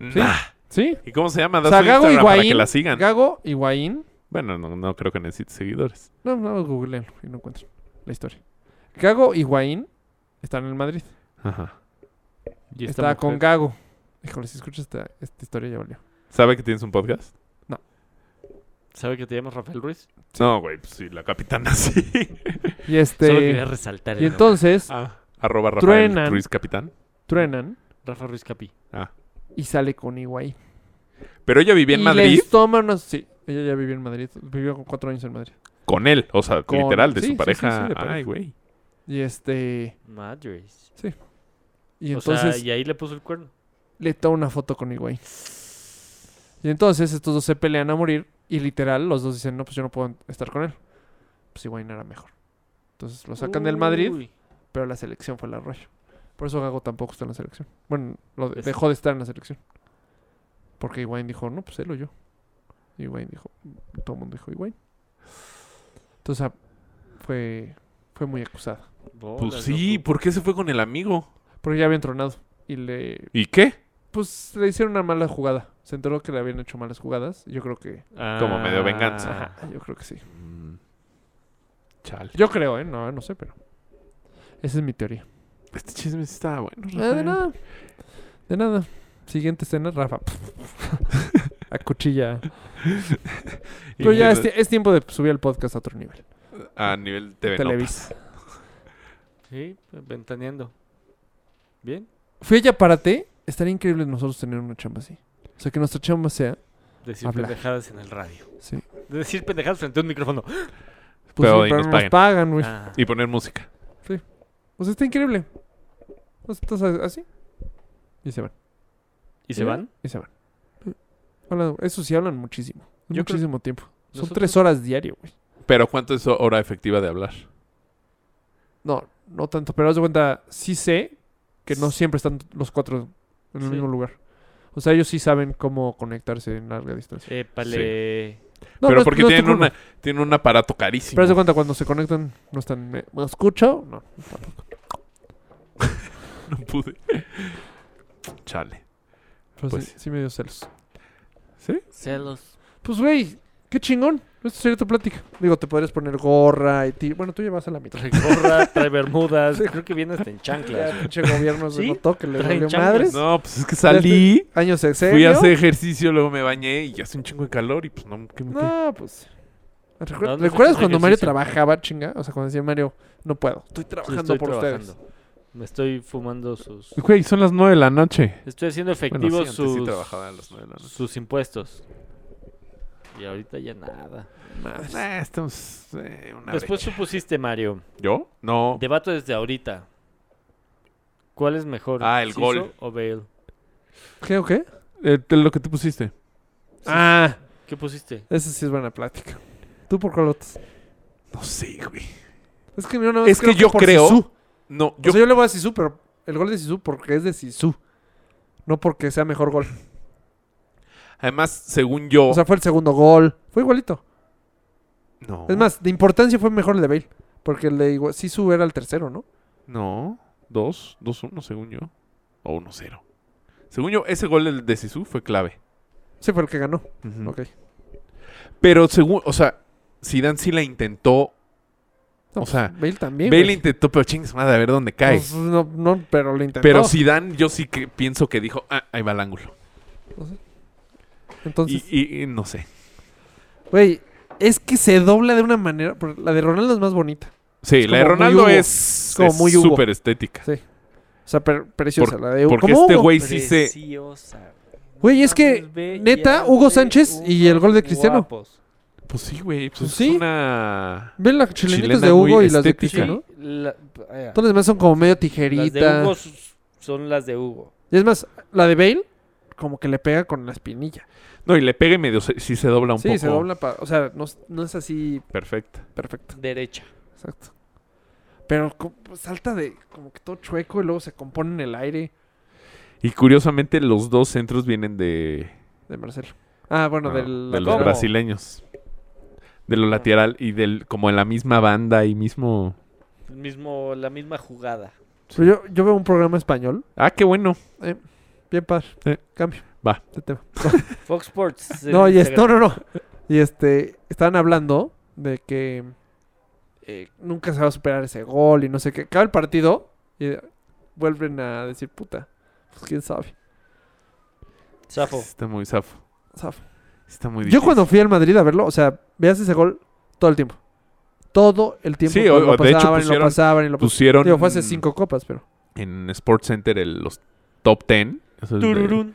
S3: Sí.
S2: Nah.
S3: ¿Sí?
S2: ¿Y cómo se llama?
S3: O
S2: Da
S3: sea,
S2: su
S3: Gago
S2: Instagram para que
S3: Higuaín.
S2: la sigan.
S3: Gago Higuaín.
S2: Bueno, no, no creo que necesite seguidores.
S3: No, no, googleen y no encuentran la historia. Gago Higuaín está en el Madrid.
S2: Ajá.
S1: Y esta
S3: Estaba con
S1: mujer-
S3: Gago. Híjole, si escuchas esta, esta historia ya valió.
S2: ¿Sabe que tienes un podcast?
S1: ¿Sabe que te llamas Rafael Ruiz?
S2: No, güey, pues sí, la capitana sí.
S3: Y este.
S1: Solo quería resaltar
S3: Y
S1: el
S3: entonces
S2: Ah, arroba Rafael
S3: Truenan.
S2: Ruiz Capitán.
S3: truenan
S1: nombre. Rafa Ruiz Capi.
S3: y sale con Higuaín.
S2: Pero ella vivía en
S3: y
S2: Madrid
S3: Les toma unos- Sí, ella ya vivió en Madrid. Vivió con cuatro años en Madrid.
S2: con él. O sea,
S3: Con-
S2: literal, de
S3: sí, sí,
S2: su pareja.
S3: sí, sí, de
S2: Ay,
S3: pareja.
S2: güey.
S3: Y este.
S1: Madrid.
S3: Y
S1: o sea,
S3: entonces
S1: y ahí le puso el cuerno.
S3: le toma una foto con Higuaín. Y entonces estos dos se pelean a morir. Y literal, los dos dicen: No, pues yo no puedo estar con él. Pues Higuaín era mejor. Entonces lo sacan del Madrid,
S1: Uy.
S3: pero la selección fue el arroyo. Por eso Gago tampoco está en la selección. Bueno, lo de- dejó de estar en la selección. Porque Higuaín dijo: No, pues él o yo. Y Higuaín dijo: Todo el mundo dijo Higuaín. Entonces ah, fue, fue muy acusada.
S1: Bolas,
S2: Pues sí,
S1: loco.
S2: ¿por qué se fue con el amigo?
S3: Porque ya habían tronado. Y le.
S2: ¿Y qué?
S3: Pues le hicieron una mala jugada. Se enteró que le habían hecho malas jugadas. Yo creo que.
S2: Como medio venganza.
S1: Ah.
S3: Ajá, yo creo que sí.
S2: Mm. Chale.
S3: Yo creo, ¿eh? No, no sé, pero. Esa es mi teoría.
S2: Este chisme sí estaba bueno.
S3: Ah, de nada. De nada. Siguiente escena, Rafa. A cuchilla. Pero ya es, ti- es tiempo de subir el podcast a otro nivel.
S2: A nivel TV.
S3: Televisa.
S2: Notas.
S1: Sí, pues, ventaneando. Bien.
S3: Fui ella para ti. Estaría increíble nosotros tener una chamba así. O sea, que nuestra chamba sea.
S1: Decir
S3: Habla.
S1: pendejadas en el radio.
S3: Sí.
S1: Decir pendejadas frente a un micrófono.
S3: Pues
S2: Pero
S3: sí,
S2: y
S3: pero
S2: nos
S3: no
S2: paguen.
S3: nos pagan, güey.
S1: Ah,
S2: Y poner música.
S3: O sea, está increíble. O sea, estás a- así. Y se van.
S1: ¿Y
S3: ¿Eh?
S1: se van?
S3: Y se van. Hablan- eso sí hablan muchísimo. Es
S1: Yo creo-
S3: muchísimo tiempo. Son
S1: Nosotros-
S3: tres horas diario, güey.
S2: Pero ¿cuánto es hora efectiva de hablar?
S3: No, no tanto. Pero haz de cuenta, sí sé que no siempre están los cuatro en el
S1: Sí.
S3: mismo lugar. O sea, ellos sí saben cómo conectarse en larga distancia.
S1: Eh, Épale.
S3: No,
S2: Pero
S3: no es-
S2: porque
S3: no es tu
S2: tienen,
S3: culpa.
S2: una, tienen un aparato carísimo.
S3: Pero haz de cuenta, cuando se conectan, no están... ¿Me, me escucho? No.
S2: No pude. Chale.
S3: Pero
S2: Pues
S3: sí,
S2: sí.
S3: sí me dio celos.
S2: ¿Sí?
S1: Celos.
S3: Pues, güey, qué chingón. Esto sería tu plática. Digo, te podrías poner gorra y ti... Bueno, tú llevas a la mitad.
S1: Trae gorra, trae bermudas. Creo que viene hasta en
S3: Ya,
S1: chanclas.
S3: pinche gobierno se
S1: ¿Sí?
S3: notó que le
S1: Traen
S3: valió
S1: chanclas.
S3: madres.
S2: No, pues es que salí,
S3: Años sexenio.
S2: fui a hacer ejercicio, luego me bañé y hace un chingo de calor y pues no, ¿qué me quedé?
S3: No, pues. Recuer-
S1: No, no
S3: ¿Recuerdas
S1: ejercicio.
S3: cuando Mario trabajaba, chinga? O sea, cuando decía Mario, no puedo. Estoy
S1: Sí,
S3: trabajando
S1: estoy
S3: por
S1: trabajando.
S3: ustedes.
S1: Me estoy fumando sus.
S2: Güey, son las nueve de la noche.
S1: Estoy haciendo
S2: Bueno,
S1: efectivos
S2: sí, antes sí
S1: sus,
S2: trabajaba a las nueve de la noche.
S1: sus impuestos. Y ahorita ya nada.
S2: Eh, estamos eh, una
S1: Después
S2: brecha.
S1: supusiste, Mario.
S2: ¿Yo? No.
S1: Debato desde ahorita. ¿Cuál es mejor?
S2: Ah, el
S1: Siso
S2: gol.
S1: o Bale?
S3: ¿Qué o qué?
S2: Eh, de lo que tú pusiste.
S3: Ah,
S1: ¿Qué pusiste?
S3: esa sí es buena plática. ¿Tú por cuál votas?
S2: No sé, güey.
S3: Es que yo no
S2: Es que yo
S3: por
S2: creo-
S3: Sisu.
S2: No,
S3: O
S2: yo
S3: sea, yo le voy a Sisu, pero el gol de Sisu porque es de Sisu. No porque sea mejor gol.
S2: Además, según yo.
S3: O sea, fue el segundo gol. Fue igualito.
S2: no.
S1: Oh.
S3: Es más, de importancia fue mejor el de Bale. Porque el de Igua- Sisu era el tercero, ¿no?
S2: No. 2, 2-1, según yo. O 1-0. Según yo, ese gol del de Sisu fue clave.
S3: Sí, fue el que ganó.
S2: Ujú.
S3: Ok.
S2: Pero según, o sea, Zidane sí la intentó.
S3: No,
S2: O sea,
S3: pues, Bale también.
S2: Bale
S3: güey.
S2: intentó, pero chingue su madre, a ver dónde cae.
S3: Pues, no, no, pero lo intentó.
S2: pero Zidane yo sí que pienso que dijo, ah, ahí va el ángulo.
S3: Entonces,
S2: Y, y- y no sé.
S3: güey, es que se dobla de una manera. por- La de Ronaldo es más bonita.
S2: Sí,
S3: Es
S2: la de
S3: como muy
S2: Ronaldo
S3: Hugo.
S2: es
S3: como muy Hugo.
S2: súper estética.
S3: O sea, pre- preciosa. la de
S2: porque
S3: como
S2: este
S3: Hugo.
S2: güey sí se...
S1: Preciosa.
S3: Güey, es que,
S1: Mames, ve,
S3: neta,
S1: ya
S3: Hugo
S1: ve
S3: Sánchez y el
S1: unos
S3: gol de Cristiano.
S1: guapos.
S2: Pues sí, güey. Pues
S3: Pues
S2: es
S3: sí.
S2: una...
S3: Ven las chilenitas
S2: Chilena
S3: de
S2: muy
S3: Hugo y las de
S2: estética.
S3: Cristiano.
S1: Sí, la- vaya,
S3: Todas las demás son como medio
S1: las de
S3: tijerita.
S1: Hugo s- son las de Hugo.
S3: Y es más, la de Bale, como que le pega con la espinilla.
S2: No, y le pega y medio... se- Sí se dobla un
S3: sí,
S2: poco.
S3: se dobla para. O sea, no, no es así
S2: Perfecto.
S3: perfecto.
S1: Derecha.
S3: Exacto. Pero co- salta de como que todo chueco y luego se compone en el aire
S2: Y curiosamente los dos centros vienen de,
S3: de Marcelo. Ah, bueno,
S2: no,
S3: del.
S2: de los
S1: ¿Cómo?
S3: lateral.
S2: brasileños. De lo lateral y del como en la misma banda y mismo...
S1: El mismo, la misma jugada.
S3: Pero yo, yo veo un programa español.
S2: Ah, qué bueno.
S3: Bien padre.
S2: Eh.
S3: Cambio.
S2: Va.
S3: de tema.
S1: Fox Sports. el
S3: No, y es- no,
S1: Instagram.
S3: no, no. Y este, estaban hablando de que eh, nunca se va a superar ese gol y no sé qué. Acaba el partido y eh, vuelven a decir, puta, pues quién sabe.
S1: Zafo.
S2: Está muy zafo.
S3: Zafo.
S2: Está muy difícil.
S3: Yo cuando fui al Madrid a verlo, o sea, veas ese gol todo el tiempo. Todo el tiempo.
S2: Sí,
S3: pues,
S2: o-
S3: lo
S2: o de hecho
S3: pasaban y
S2: pusieron-
S3: lo pasaban y lo pasaban.
S2: pusieron
S3: Digo, fue hace cinco copas, pero.
S2: en Sports Center el- los top 10. Eso es de-
S1: Tururún.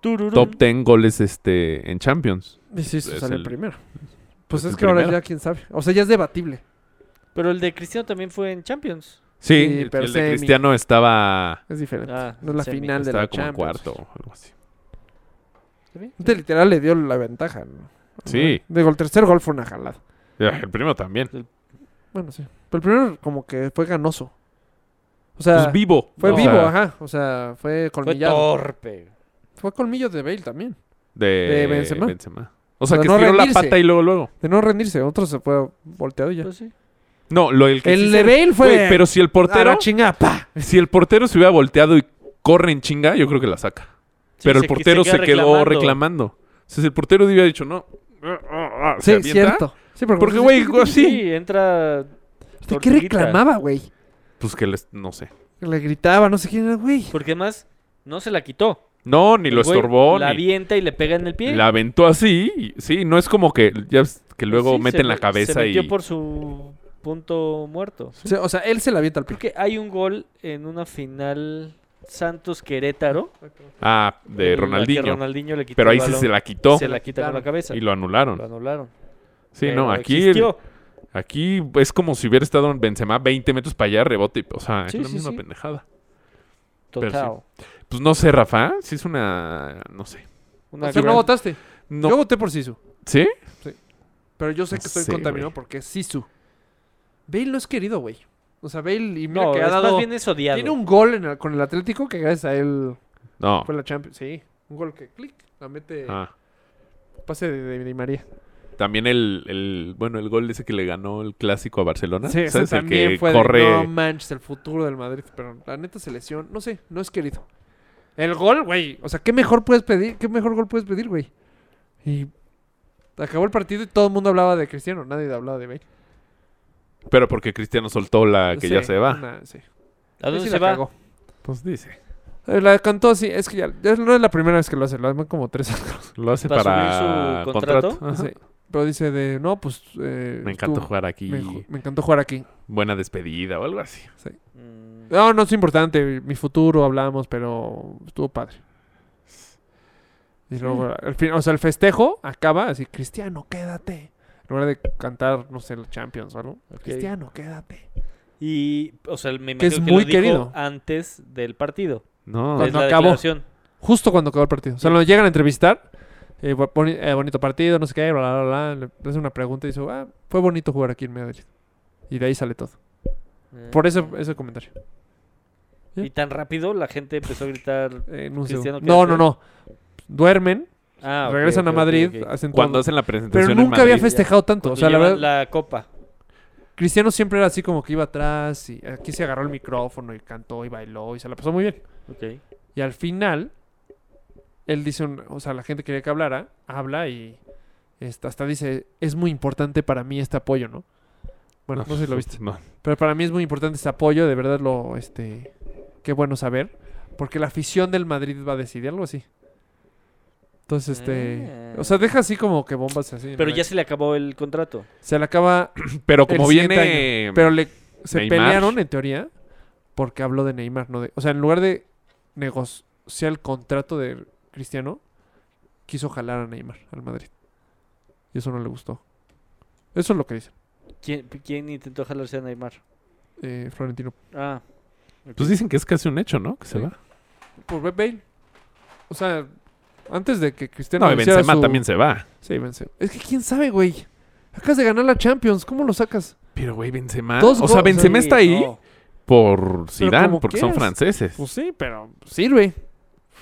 S1: Tururún.
S2: top 10 goles este en Champions.
S3: Y sí, eso
S2: Es
S3: salió
S2: el-
S3: primero. Pues
S2: es
S3: es
S2: el
S3: que ahora
S2: primero.
S3: ya quién sabe. O sea, ya es debatible.
S1: Pero el de Cristiano también fue en Champions.
S2: Sí,
S3: Sí,
S2: el,
S3: pero
S2: el de
S3: semi.
S2: Cristiano estaba
S3: Es diferente.
S1: Ah,
S3: no es la
S1: semi.
S3: final de
S2: estaba
S3: la
S2: como en
S3: Champions.
S2: cuarto o algo así.
S3: Este literal le dio la ventaja. ¿no?
S2: Sí.
S3: Digo, el tercer gol fue una jalada.
S2: Ah, El primero también.
S3: Bueno, sí. Pero el primero como que fue ganoso. O sea,
S2: Pues vivo.
S3: fue
S2: O
S3: vivo,
S2: sea,
S3: ajá. O sea, fue
S1: Fue
S3: colmillado.
S1: torpe.
S3: Fue, colmillo de Bale también.
S2: De,
S3: de
S2: Benzema.
S3: Benzema.
S2: O sea,
S3: Para
S2: que
S3: no
S2: estiró la
S3: rendirse.
S2: pata y luego luego.
S3: De no rendirse. Otro se fue volteado y ya.
S1: Pues sí.
S2: No, lo el que sí
S3: el
S2: se-
S3: de Bale fue...
S2: Güey,
S3: de-
S2: pero si el
S3: A
S2: portero
S3: la chingada, pa.
S2: si el portero se hubiera volteado y corre en chinga, yo creo que la saca.
S1: Sí,
S2: pero el
S1: se-
S2: portero se,
S1: queda
S2: quedó reclamando. O sea, si el portero hubiera dicho, no. ah, ah, ah,
S3: Sí,
S2: se avienta,
S3: cierto. Sí, porque...
S2: Porque, güey,
S1: Sí,
S2: así.
S1: entra.
S3: ¿De qué
S1: tortuguita.
S3: reclamaba, güey?
S2: Pues que les, no sé.
S3: Le gritaba, no sé quién era, güey.
S1: Porque además no se la quitó.
S2: No, ni
S1: El
S2: lo
S1: güey
S2: estorbó,
S1: La
S2: ni
S1: avienta y le pega en el pie.
S2: la aventó así. y- Sí, no es como que ya ves, que luego
S1: Pues Sí, se
S2: meten la
S1: me-
S2: cabeza
S1: se metió
S2: y
S1: por su punto muerto.
S3: O sea, o sea, él se la avienta al
S1: Creo
S3: pico.
S1: que hay un gol en una final Santos Querétaro.
S2: ah, de
S1: en la que
S2: Ronaldinho.
S1: Ronaldinho le quitó
S2: Pero ahí
S1: el
S2: sí
S1: balón
S2: se la
S1: y
S2: quitó
S1: se la quita con la cabeza.
S2: y lo anularon.
S1: Lo anularon.
S2: sí,
S1: Pero
S2: no, aquí el-
S1: existió.
S2: aquí es como si hubiera estado en Benzema 20 metros para allá, rebote, y- o sea,
S1: Sí,
S2: es la
S1: sí,
S2: misma
S1: sí.
S2: pendejada. pero sí.
S1: Total.
S2: Pues no sé, Rafa, si es una no sé.
S1: Una
S3: O sea, no
S1: gran-
S3: votaste.
S2: No.
S3: Yo voté por Sisu.
S2: ¿Sí?
S3: Pero yo sé
S2: No
S3: que estoy
S2: sé,
S3: contaminado
S2: güey.
S3: porque es Sisu. Bale no es querido, güey. O sea, Bale y mira
S1: No,
S3: que ha
S1: es más
S3: dado...
S1: bien es odiado.
S3: Tiene un gol en el- con el Atlético que gracias a él
S2: No.
S3: fue la Champions. Sí, un gol que clic, la mete
S2: Ah,
S3: pase de, de Di María.
S2: También el, el bueno, el gol ese que le ganó el clásico a Barcelona,
S3: Sí, ese
S2: ¿sabes? El
S3: también
S2: que
S3: fue
S2: corre
S3: de no manches el futuro del Madrid, pero la neta se lesión, no sé, no es querido. El gol, güey, o sea, qué mejor puedes pedir, qué mejor gol puedes pedir, güey. Y acabó el partido y todo el mundo hablaba de Cristiano, nadie hablaba de Bale.
S2: pero porque Cristiano soltó la Ah, que
S3: Sí,
S2: ya se va.
S3: una- sí.
S1: ¿A
S3: Ahí
S1: dónde
S3: sí
S1: se
S3: la
S1: va?
S3: cagó.
S2: Pues dice,
S3: Eh, La cantó así, es que ya, ya no es la primera vez que lo hace, lo hacen como tres años.
S2: lo hace
S1: ¿Para
S2: para,
S1: subir su contrato?
S2: Ajá.
S3: Sí. Pero dice de, no, pues... eh,
S2: Me encantó
S3: estuvo-
S2: jugar aquí.
S3: Me, ju- me encantó jugar aquí.
S2: Buena despedida o algo así.
S1: Mm,
S3: No, no es importante. Mi futuro hablamos, pero estuvo padre. Y luego, al fin- o sea, el festejo acaba así, Cristiano, quédate. En lugar de cantar, no sé, los Champions o algo.
S1: ok.
S3: Cristiano, quédate.
S1: Y, o sea, me imagino
S3: Que es
S1: lo
S3: muy
S1: dijo
S3: querido.
S1: antes del partido.
S2: No,
S3: Cuando
S1: es la
S3: acabó.
S1: declaración.
S3: Justo cuando acabó el partido. O sea,
S1: Sí.
S3: lo llegan a entrevistar. eh, bu- boni- eh, bonito partido, no sé qué, bla, bla, bla. bla. Le hacen una pregunta y dice, ah, fue bonito jugar aquí en Madrid. Y de ahí sale todo. Eh. Por ese, ese comentario.
S1: Y tan rápido la gente empezó a gritar
S3: Eh, en un
S1: Cristiano,
S3: segundo. No,
S1: quédate.
S3: no, no. Duermen.
S1: Ah, ok,
S3: Regresan
S1: ok,
S3: a
S1: ok,
S3: Madrid,
S1: ok.
S3: hacen
S2: Cuando
S3: todo.
S2: hacen la presentación
S3: Pero
S2: en
S3: nunca había
S2: Madrid,
S3: festejado tanto. O sea, la
S1: Llevan
S3: verdad,
S1: la copa.
S3: Cristiano siempre era así como que iba atrás y aquí se agarró el micrófono y cantó y bailó y se la pasó muy bien.
S1: Ok.
S3: Y al final, él dice, un- o sea, la gente quería que hablara, habla y este, hasta dice, es muy importante para mí este apoyo, ¿no? Bueno, no sé si lo viste.
S2: No.
S3: Pero para mí es muy importante este apoyo, de verdad lo, este, qué bueno saber. Porque la afición del Madrid va a decidir algo así. Entonces, este, o sea, deja así como que bombas así.
S1: Mm. Pero
S3: ¿no?
S1: ya se le acabó el contrato.
S3: Se le acaba
S2: Pero como
S3: el siguiente
S2: viene.
S3: año. Pero le, se
S2: Neymar.
S3: pelearon, en teoría, porque habló de Neymar. No de, o sea, en lugar de negociar el contrato de Cristiano, quiso jalar a Neymar al Madrid. Y eso no le gustó. Eso es lo que dicen.
S1: ¿Quién, quién intentó jalarse a Neymar?
S3: eh, Florentino.
S1: Ah,
S2: Pues dicen que es casi un hecho, ¿no? Que se
S3: Sí.
S2: va.
S3: Por Beb Bale. O sea, antes de que Cristiano...
S2: No, y
S3: anunciara
S2: Benzema
S3: su-
S2: también se va.
S3: Sí, Benzema. Es que quién sabe, güey. Acabas de ganar la Champions. ¿Cómo lo sacas?
S2: Pero, güey, Benzema.
S3: Dos
S2: o sea,
S3: goles.
S2: Benzema está ahí
S1: no.
S2: por Zidane,
S3: como
S2: porque son
S3: quieras.
S2: franceses.
S3: Pues sí, pero sirve.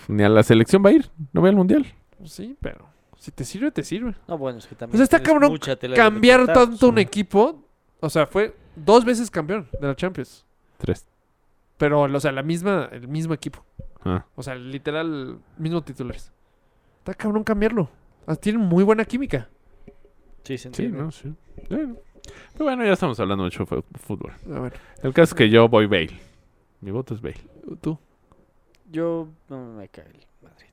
S2: Ni a la selección va a ir. No va al mundial.
S3: Pues Sí, pero... Si te sirve, te sirve.
S1: No, bueno, es que también.
S3: O sea, está
S1: tienes
S3: cabrón
S1: mucha tela de
S3: cambiar
S1: cortar,
S3: tanto un
S1: pues,
S3: equipo. O sea, fue dos veces campeón de la Champions.
S2: Tres.
S3: Pero, o sea, la misma, el mismo equipo.
S2: Ah.
S3: O sea, literal, mismo titulares. Está cabrón cambiarlo. Ah, Tienen muy buena química.
S1: Sí, se
S2: Sí,
S1: entiende.
S2: ¿no? Sí. Bueno. Pero bueno, ya estamos hablando mucho de fu- fútbol.
S3: A ver,
S2: El caso es que yo voy Bale. Mi voto es Bale.
S3: tú.
S1: Yo no me cae el Madrid.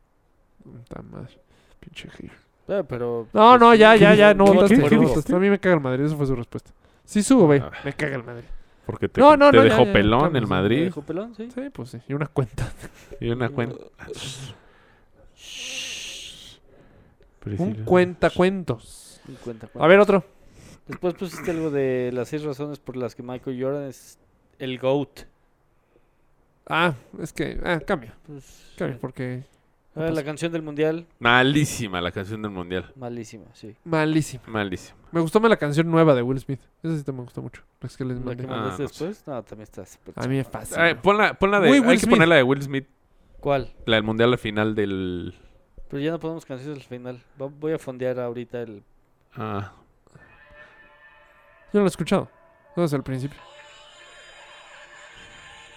S3: Puta madre. Pinche hater.
S1: Ah, pero.
S3: No,
S1: pues,
S3: no, ya, ya, ya. No
S1: ¿qué-
S3: votaste.
S1: qué-
S3: no
S1: qué-
S3: votaste. A mí me caga el Madrid. Esa fue su respuesta. Sí subo, güey.
S2: Ah.
S3: Me caga el Madrid.
S2: Porque te,
S3: No, no,
S2: te
S3: no, ya,
S2: dejó
S3: ya,
S2: pelón
S3: estamos
S2: el
S3: en-
S1: ¿Te
S2: Madrid.
S1: dejó pelón? Sí.
S3: Sí, pues sí. Y una cuenta.
S2: Y una cuenta.
S3: Un cuentacuentos.
S1: Sí, cuenta, cuenta.
S3: A ver, otro.
S1: Después pusiste algo de las seis razones por las que Michael Jordan es el GOAT.
S3: Ah, es que... Ah, cambia.
S1: Pues,
S3: Cambia porque...
S1: a ver, la canción del mundial,
S2: Malísima la canción del mundial.
S1: malísima, sí.
S3: Malísima.
S2: Malísima.
S3: Me gustó más la canción nueva de Will Smith. Esa sí te me gustó mucho. Es que les
S1: La
S3: mandé. Ah,
S1: que
S2: Ah,
S1: mandaste
S2: no sé.
S1: después, no, también está súper
S3: A mí me fascina.
S2: Ay, ponla, ponla de.
S3: Muy
S2: hay
S3: Will
S2: que
S3: Smith.
S2: poner la de Will Smith.
S1: chida. ¿Cuál?
S2: La del mundial al final del.
S1: Pero ya no ponemos canciones al final. Va- Voy a fondear ahorita el.
S2: Ah.
S3: Yo no la he escuchado. No desde el principio.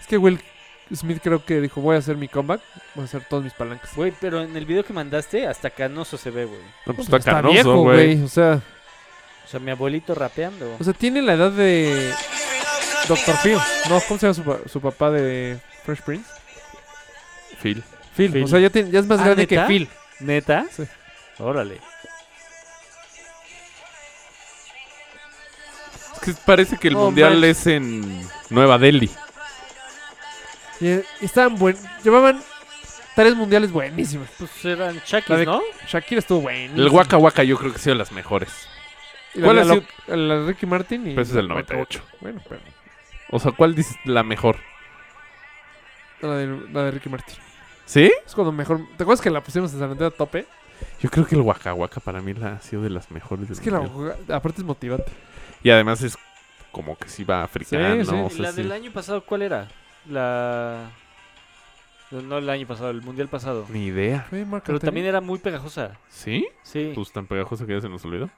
S3: Es que Will Smith creo que dijo, voy a hacer mi comeback. Voy a hacer todos mis palancas.
S1: Güey, pero en el video que mandaste, hasta canoso se ve, güey.
S2: No, pues
S3: Pero
S2: está, canoso, güey.
S3: O sea,
S1: O sea, mi abuelito rapeando.
S3: o sea, tiene la edad de Dr. Phil. No, ¿cómo se llama su, pa- su papá de Fresh Prince?
S2: Phil.
S3: Phil.
S1: Phil.
S3: O sea, ya, tiene- ya es más
S1: Ah,
S3: grande
S1: ¿neta?
S3: que Phil.
S1: ¿Neta?
S3: Sí.
S1: Órale.
S2: Es que parece que el
S3: No
S2: mundial
S3: manches.
S2: es en Nueva Delhi.
S3: Y, eh, estaban buen... Llevaban tres mundiales buenísimos.
S1: Pues eran Chucky,
S3: La de-
S1: ¿no?
S3: Shakira estuvo buenísimo.
S2: El Waka Waka yo creo que ha sido de las mejores.
S3: ¿Cuál
S2: ¿Cuál
S3: ha
S2: ha
S3: sido? La de Ricky Martin y...
S2: Pero ese es el
S3: Waka Waka.
S2: 98.
S3: Bueno, pero...
S2: O sea, ¿cuál dices la mejor?
S3: La de, la de Ricky Martin.
S2: ¿Sí?
S3: Es cuando mejor... ¿Te acuerdas que la pusimos en San Andrés a tope?
S2: Yo creo que el Waka Waka para mí la, ha sido de las mejores. del
S3: Es que la...
S2: mundial.
S3: jugada- Aparte es motivante.
S2: Y además es como que sí va africano.
S3: Sí, sí.
S2: o
S1: ¿Y
S2: sea,
S1: la
S2: sí.
S1: del año pasado cuál era? La... No, no el año pasado, el mundial pasado.
S2: Ni idea.
S3: Fue Marc
S1: Pero
S3: Anthony.
S1: también era muy pegajosa.
S2: ¿Sí?
S1: Sí,
S2: Pues tan pegajoso que ya se nos olvidó.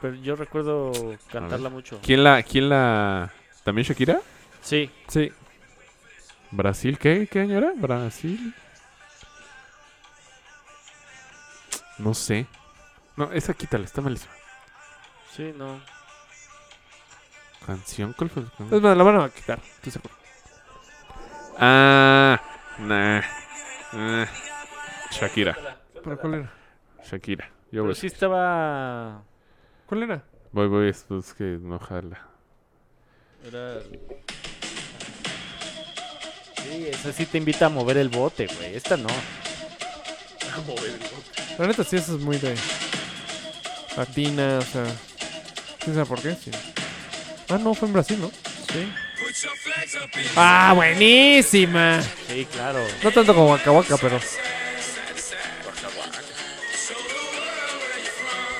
S1: pero yo recuerdo cantarla mucho.
S2: ¿Quién la, quién la. ¿También Shakira?
S1: Sí,
S3: Sí.
S2: ¿Brasil? ¿Qué, qué año era? ¿Brasil? No sé. No, esa quítala, está malísima.
S1: sí, no.
S2: ¿Canción? ¿Cuál fue? la canción?
S3: Es más, la van a quitar. Estoy seguro.
S2: Ah, nah. Ah. Shakira,
S3: ¿Pero cuál era?
S2: Shakira. Yo
S1: Pero
S2: voy.
S1: sí estaba...
S3: ¿Cuál era?
S2: Voy, voy, es, es que no jala.
S1: Era... Sí, esa sí te invita a mover el bote, güey. Esta no.
S3: La neta sí, eso es muy de... Latina, o sea... ¿Quién sabe por qué? Sí. Ah, no, fue en Brasil, ¿no?
S1: Sí.
S3: ¡Ah, buenísima!
S1: Sí, claro.
S3: No tanto como Waka Waka, pero...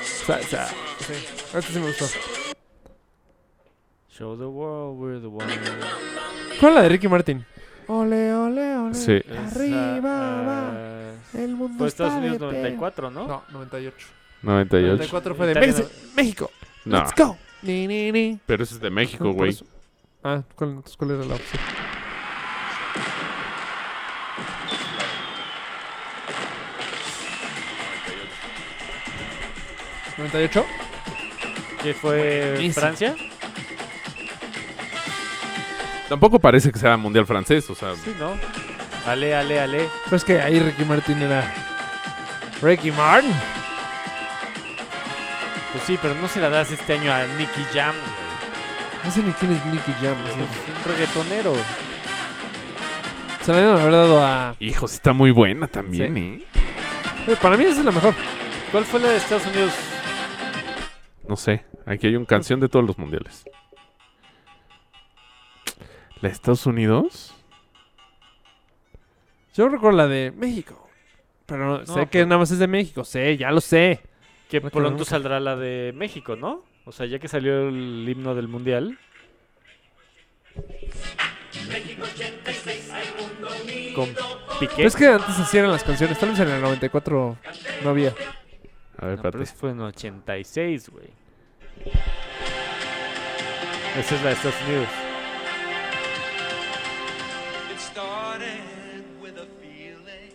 S3: Sa- sa- Sí. Este sí me gustó.
S1: Show the world we're the one.
S3: ¿Cuál es la de Ricky Martin? Ole, ole, ole.
S2: Sí.
S1: Esa,
S3: Arriba, va.
S1: ah,
S3: El mundo
S1: Fue Estados
S3: está de
S1: Unidos
S3: pedo.
S1: 94, ¿no?
S3: No, 98.
S2: 98.
S3: 94 fue de
S1: Italia no-
S3: México. México.
S2: No,
S3: Let's go. Ni, ni, ni.
S2: pero ese es de México,
S3: Por
S2: güey.
S3: eso- Ah, ¿cuál, entonces, ¿cuál era la opción? ¿98?
S1: ¿Que fue
S3: Buenísimo.
S1: Francia?
S2: Tampoco parece que sea mundial francés, o sea,
S1: Sí, ¿no? Ale, ale, ale.
S3: Pues que ahí Ricky Martin era. Ricky Martin.
S1: Pues sí, pero no se la das este año a Nicky Jam, güey.
S3: No sé ni quién es Nicky Jam.
S1: Es
S3: ¿no?
S1: un reggaetonero.
S3: Se la dieron haber dado a.
S2: hijo, sí está muy buena también, ¿eh?
S3: Eh, Para mí esa es la mejor.
S1: ¿Cuál fue la de Estados Unidos?
S2: No sé, aquí hay una canción de todos los mundiales. ¿La de Estados Unidos?
S3: Yo recuerdo la de México. Pero no, sé que nada más es de México. Sé, ya lo sé.
S1: Que
S3: Recuerdo
S1: pronto
S3: mucho.
S1: saldrá la de México, ¿no? O sea, ya que salió el himno del mundial. Con Piqué.
S3: Pero es que antes así eran las canciones. Tal vez en el 94 no había.
S2: A ver,
S1: No, pero
S2: espérate.
S1: eso fue en 86, güey. Esa es la de Estados Unidos.
S6: It started with a feeling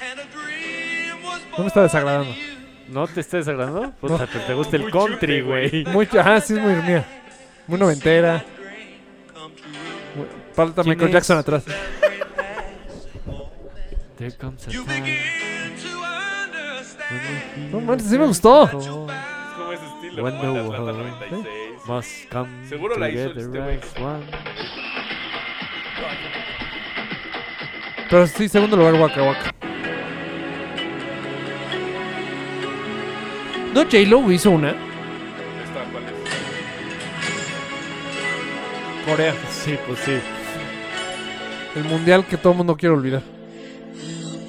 S6: and a dream was
S3: No me
S6: born
S3: está desagradando.
S6: in you.
S1: ¿No te está desagradando? Puta, te, te gusta el country, güey.
S3: Muy, ajá, Ah, sí es muy mía. Muy noventera.
S6: Come true.
S3: Muy- Falta
S1: ¿Quién
S3: Michael
S1: es?
S3: Jackson atrás.
S1: There comes a
S6: You
S1: time
S6: begin to understand.
S3: No manches, sí me gustó.
S2: ¿Cómo es estilo?
S1: Wonder como en Atlanta Woman, ¿eh? 96. must come
S2: Seguro la hizo
S1: together
S2: este güey.
S1: as one.
S3: Pero sí, segundo lugar, Waka Waka. ¿No J-Lo hizo una? Corea.
S1: Sí, pues sí.
S3: El mundial que todo el mundo quiere olvidar.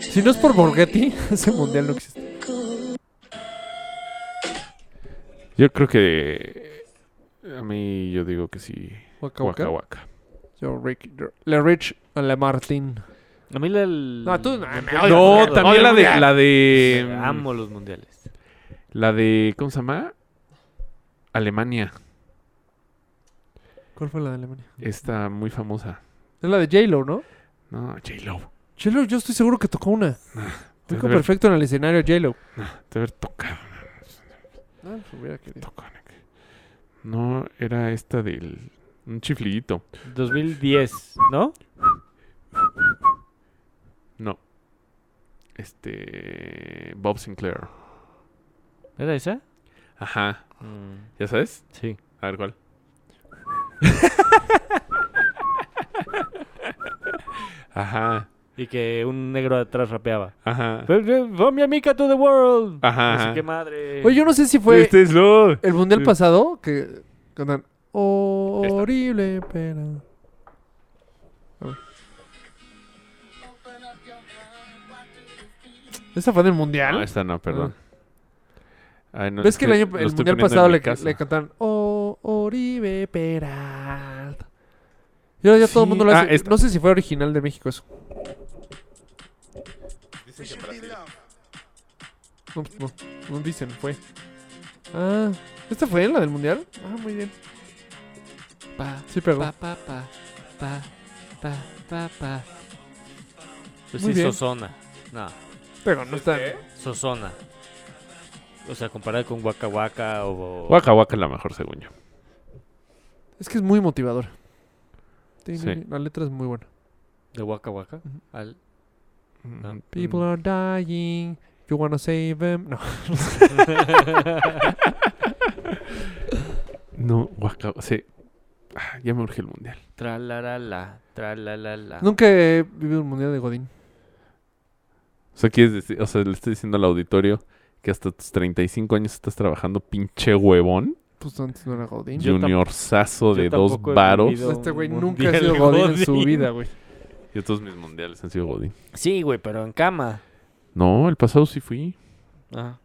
S3: Si no es por Borghetti, ese mundial no existe.
S2: Yo creo que... A mí yo digo que sí.
S3: Waka
S2: Waka
S3: Waka.
S2: Waka.
S3: Yo, Rick, Le Rich a la Martin.
S1: A mí la del...
S3: No, tú no,
S1: del-
S3: me
S2: No, también la de... La
S3: mm,
S2: de...
S1: Amo los mundiales.
S2: La de... ¿Cómo se llama? Alemania.
S3: ¿Cuál fue la de Alemania?
S2: Esta muy famosa.
S3: Es la de J-Lo, ¿no?
S2: No, J-Lo.
S3: J-Lo, yo estoy seguro que tocó una. Tocó
S2: Debe-
S3: perfecto en el escenario J-Lo.
S2: De haber tocado.
S3: Ah, pues hubiera querido.
S2: tocó, Nick. No, era esta del... Un chiflillito.
S1: 2010, ¿no?
S2: No. Este... Bob Sinclair.
S1: ¿Era esa?
S2: Ajá.
S1: Mm,
S2: ¿Ya sabes?
S1: sí.
S2: A ver cuál. Ajá.
S1: Y que un negro atrás rapeaba.
S2: Ajá.
S3: Pues,
S1: From mi amiga to the world.
S2: Ajá.
S1: No sé
S2: ajá.
S1: qué madre.
S3: Ah, Oye, yo no sé si fue
S2: Este es lo...
S3: el mundial
S2: Sí.
S3: pasado que cantan horrible pena. A ver. ¿Esa fue del mundial?
S2: No, esta no, perdón. Ay, no,
S3: Ah. ¿Ves que el,
S2: estoy-
S3: año,
S2: lo
S3: el
S2: estoy
S3: mundial
S2: poniendo en
S3: pasado
S2: mi
S3: le,
S2: casa.
S3: le cantaron Oh, Oribe Peralta? Y ahora ya todo el
S2: Sí,
S3: mundo lo
S2: ah,
S3: hace.
S2: esta.
S3: No sé si fue original de México eso. No, pues no, no dicen, fue. Ah, ¿esta fue la del mundial? Ah, muy bien. sí pegó.
S1: Pues sí,
S3: Muy bien.
S1: Sosona. No,
S3: Pero no está.
S1: Sosona. O sea, comparada con Waka Waka o...
S2: Waka Waka es la mejor, según yo.
S3: Es que es muy motivador. Tin,
S2: Sí.
S3: tin, La letra es muy buena.
S1: ¿De Waka Waka? Al-
S2: Mm, Ah.
S3: People are dying. You wanna save them. No.
S2: No, Waka Sí. Ah, ya me urge el mundial.
S1: Tralalala, tralalala.
S3: Nunca he vivido un mundial de Godín.
S2: O sea, quieres decir, o sea, le estoy diciendo al auditorio que hasta tus 35 años estás trabajando pinche huevón.
S3: Pues antes no era Godín.
S1: Yo tam-
S2: Junior sazo de
S1: yo
S2: dos
S1: tampoco he
S2: varos.
S1: vivido-
S3: Este güey
S1: un
S3: nunca ha
S1: mundial
S3: sido
S1: de
S3: Godín en su
S1: Godín.
S3: vida, güey.
S2: Y todos mis mundiales han sido godín.
S1: Sí, güey, pero en cama.
S2: No, el pasado sí fui.
S1: Ah.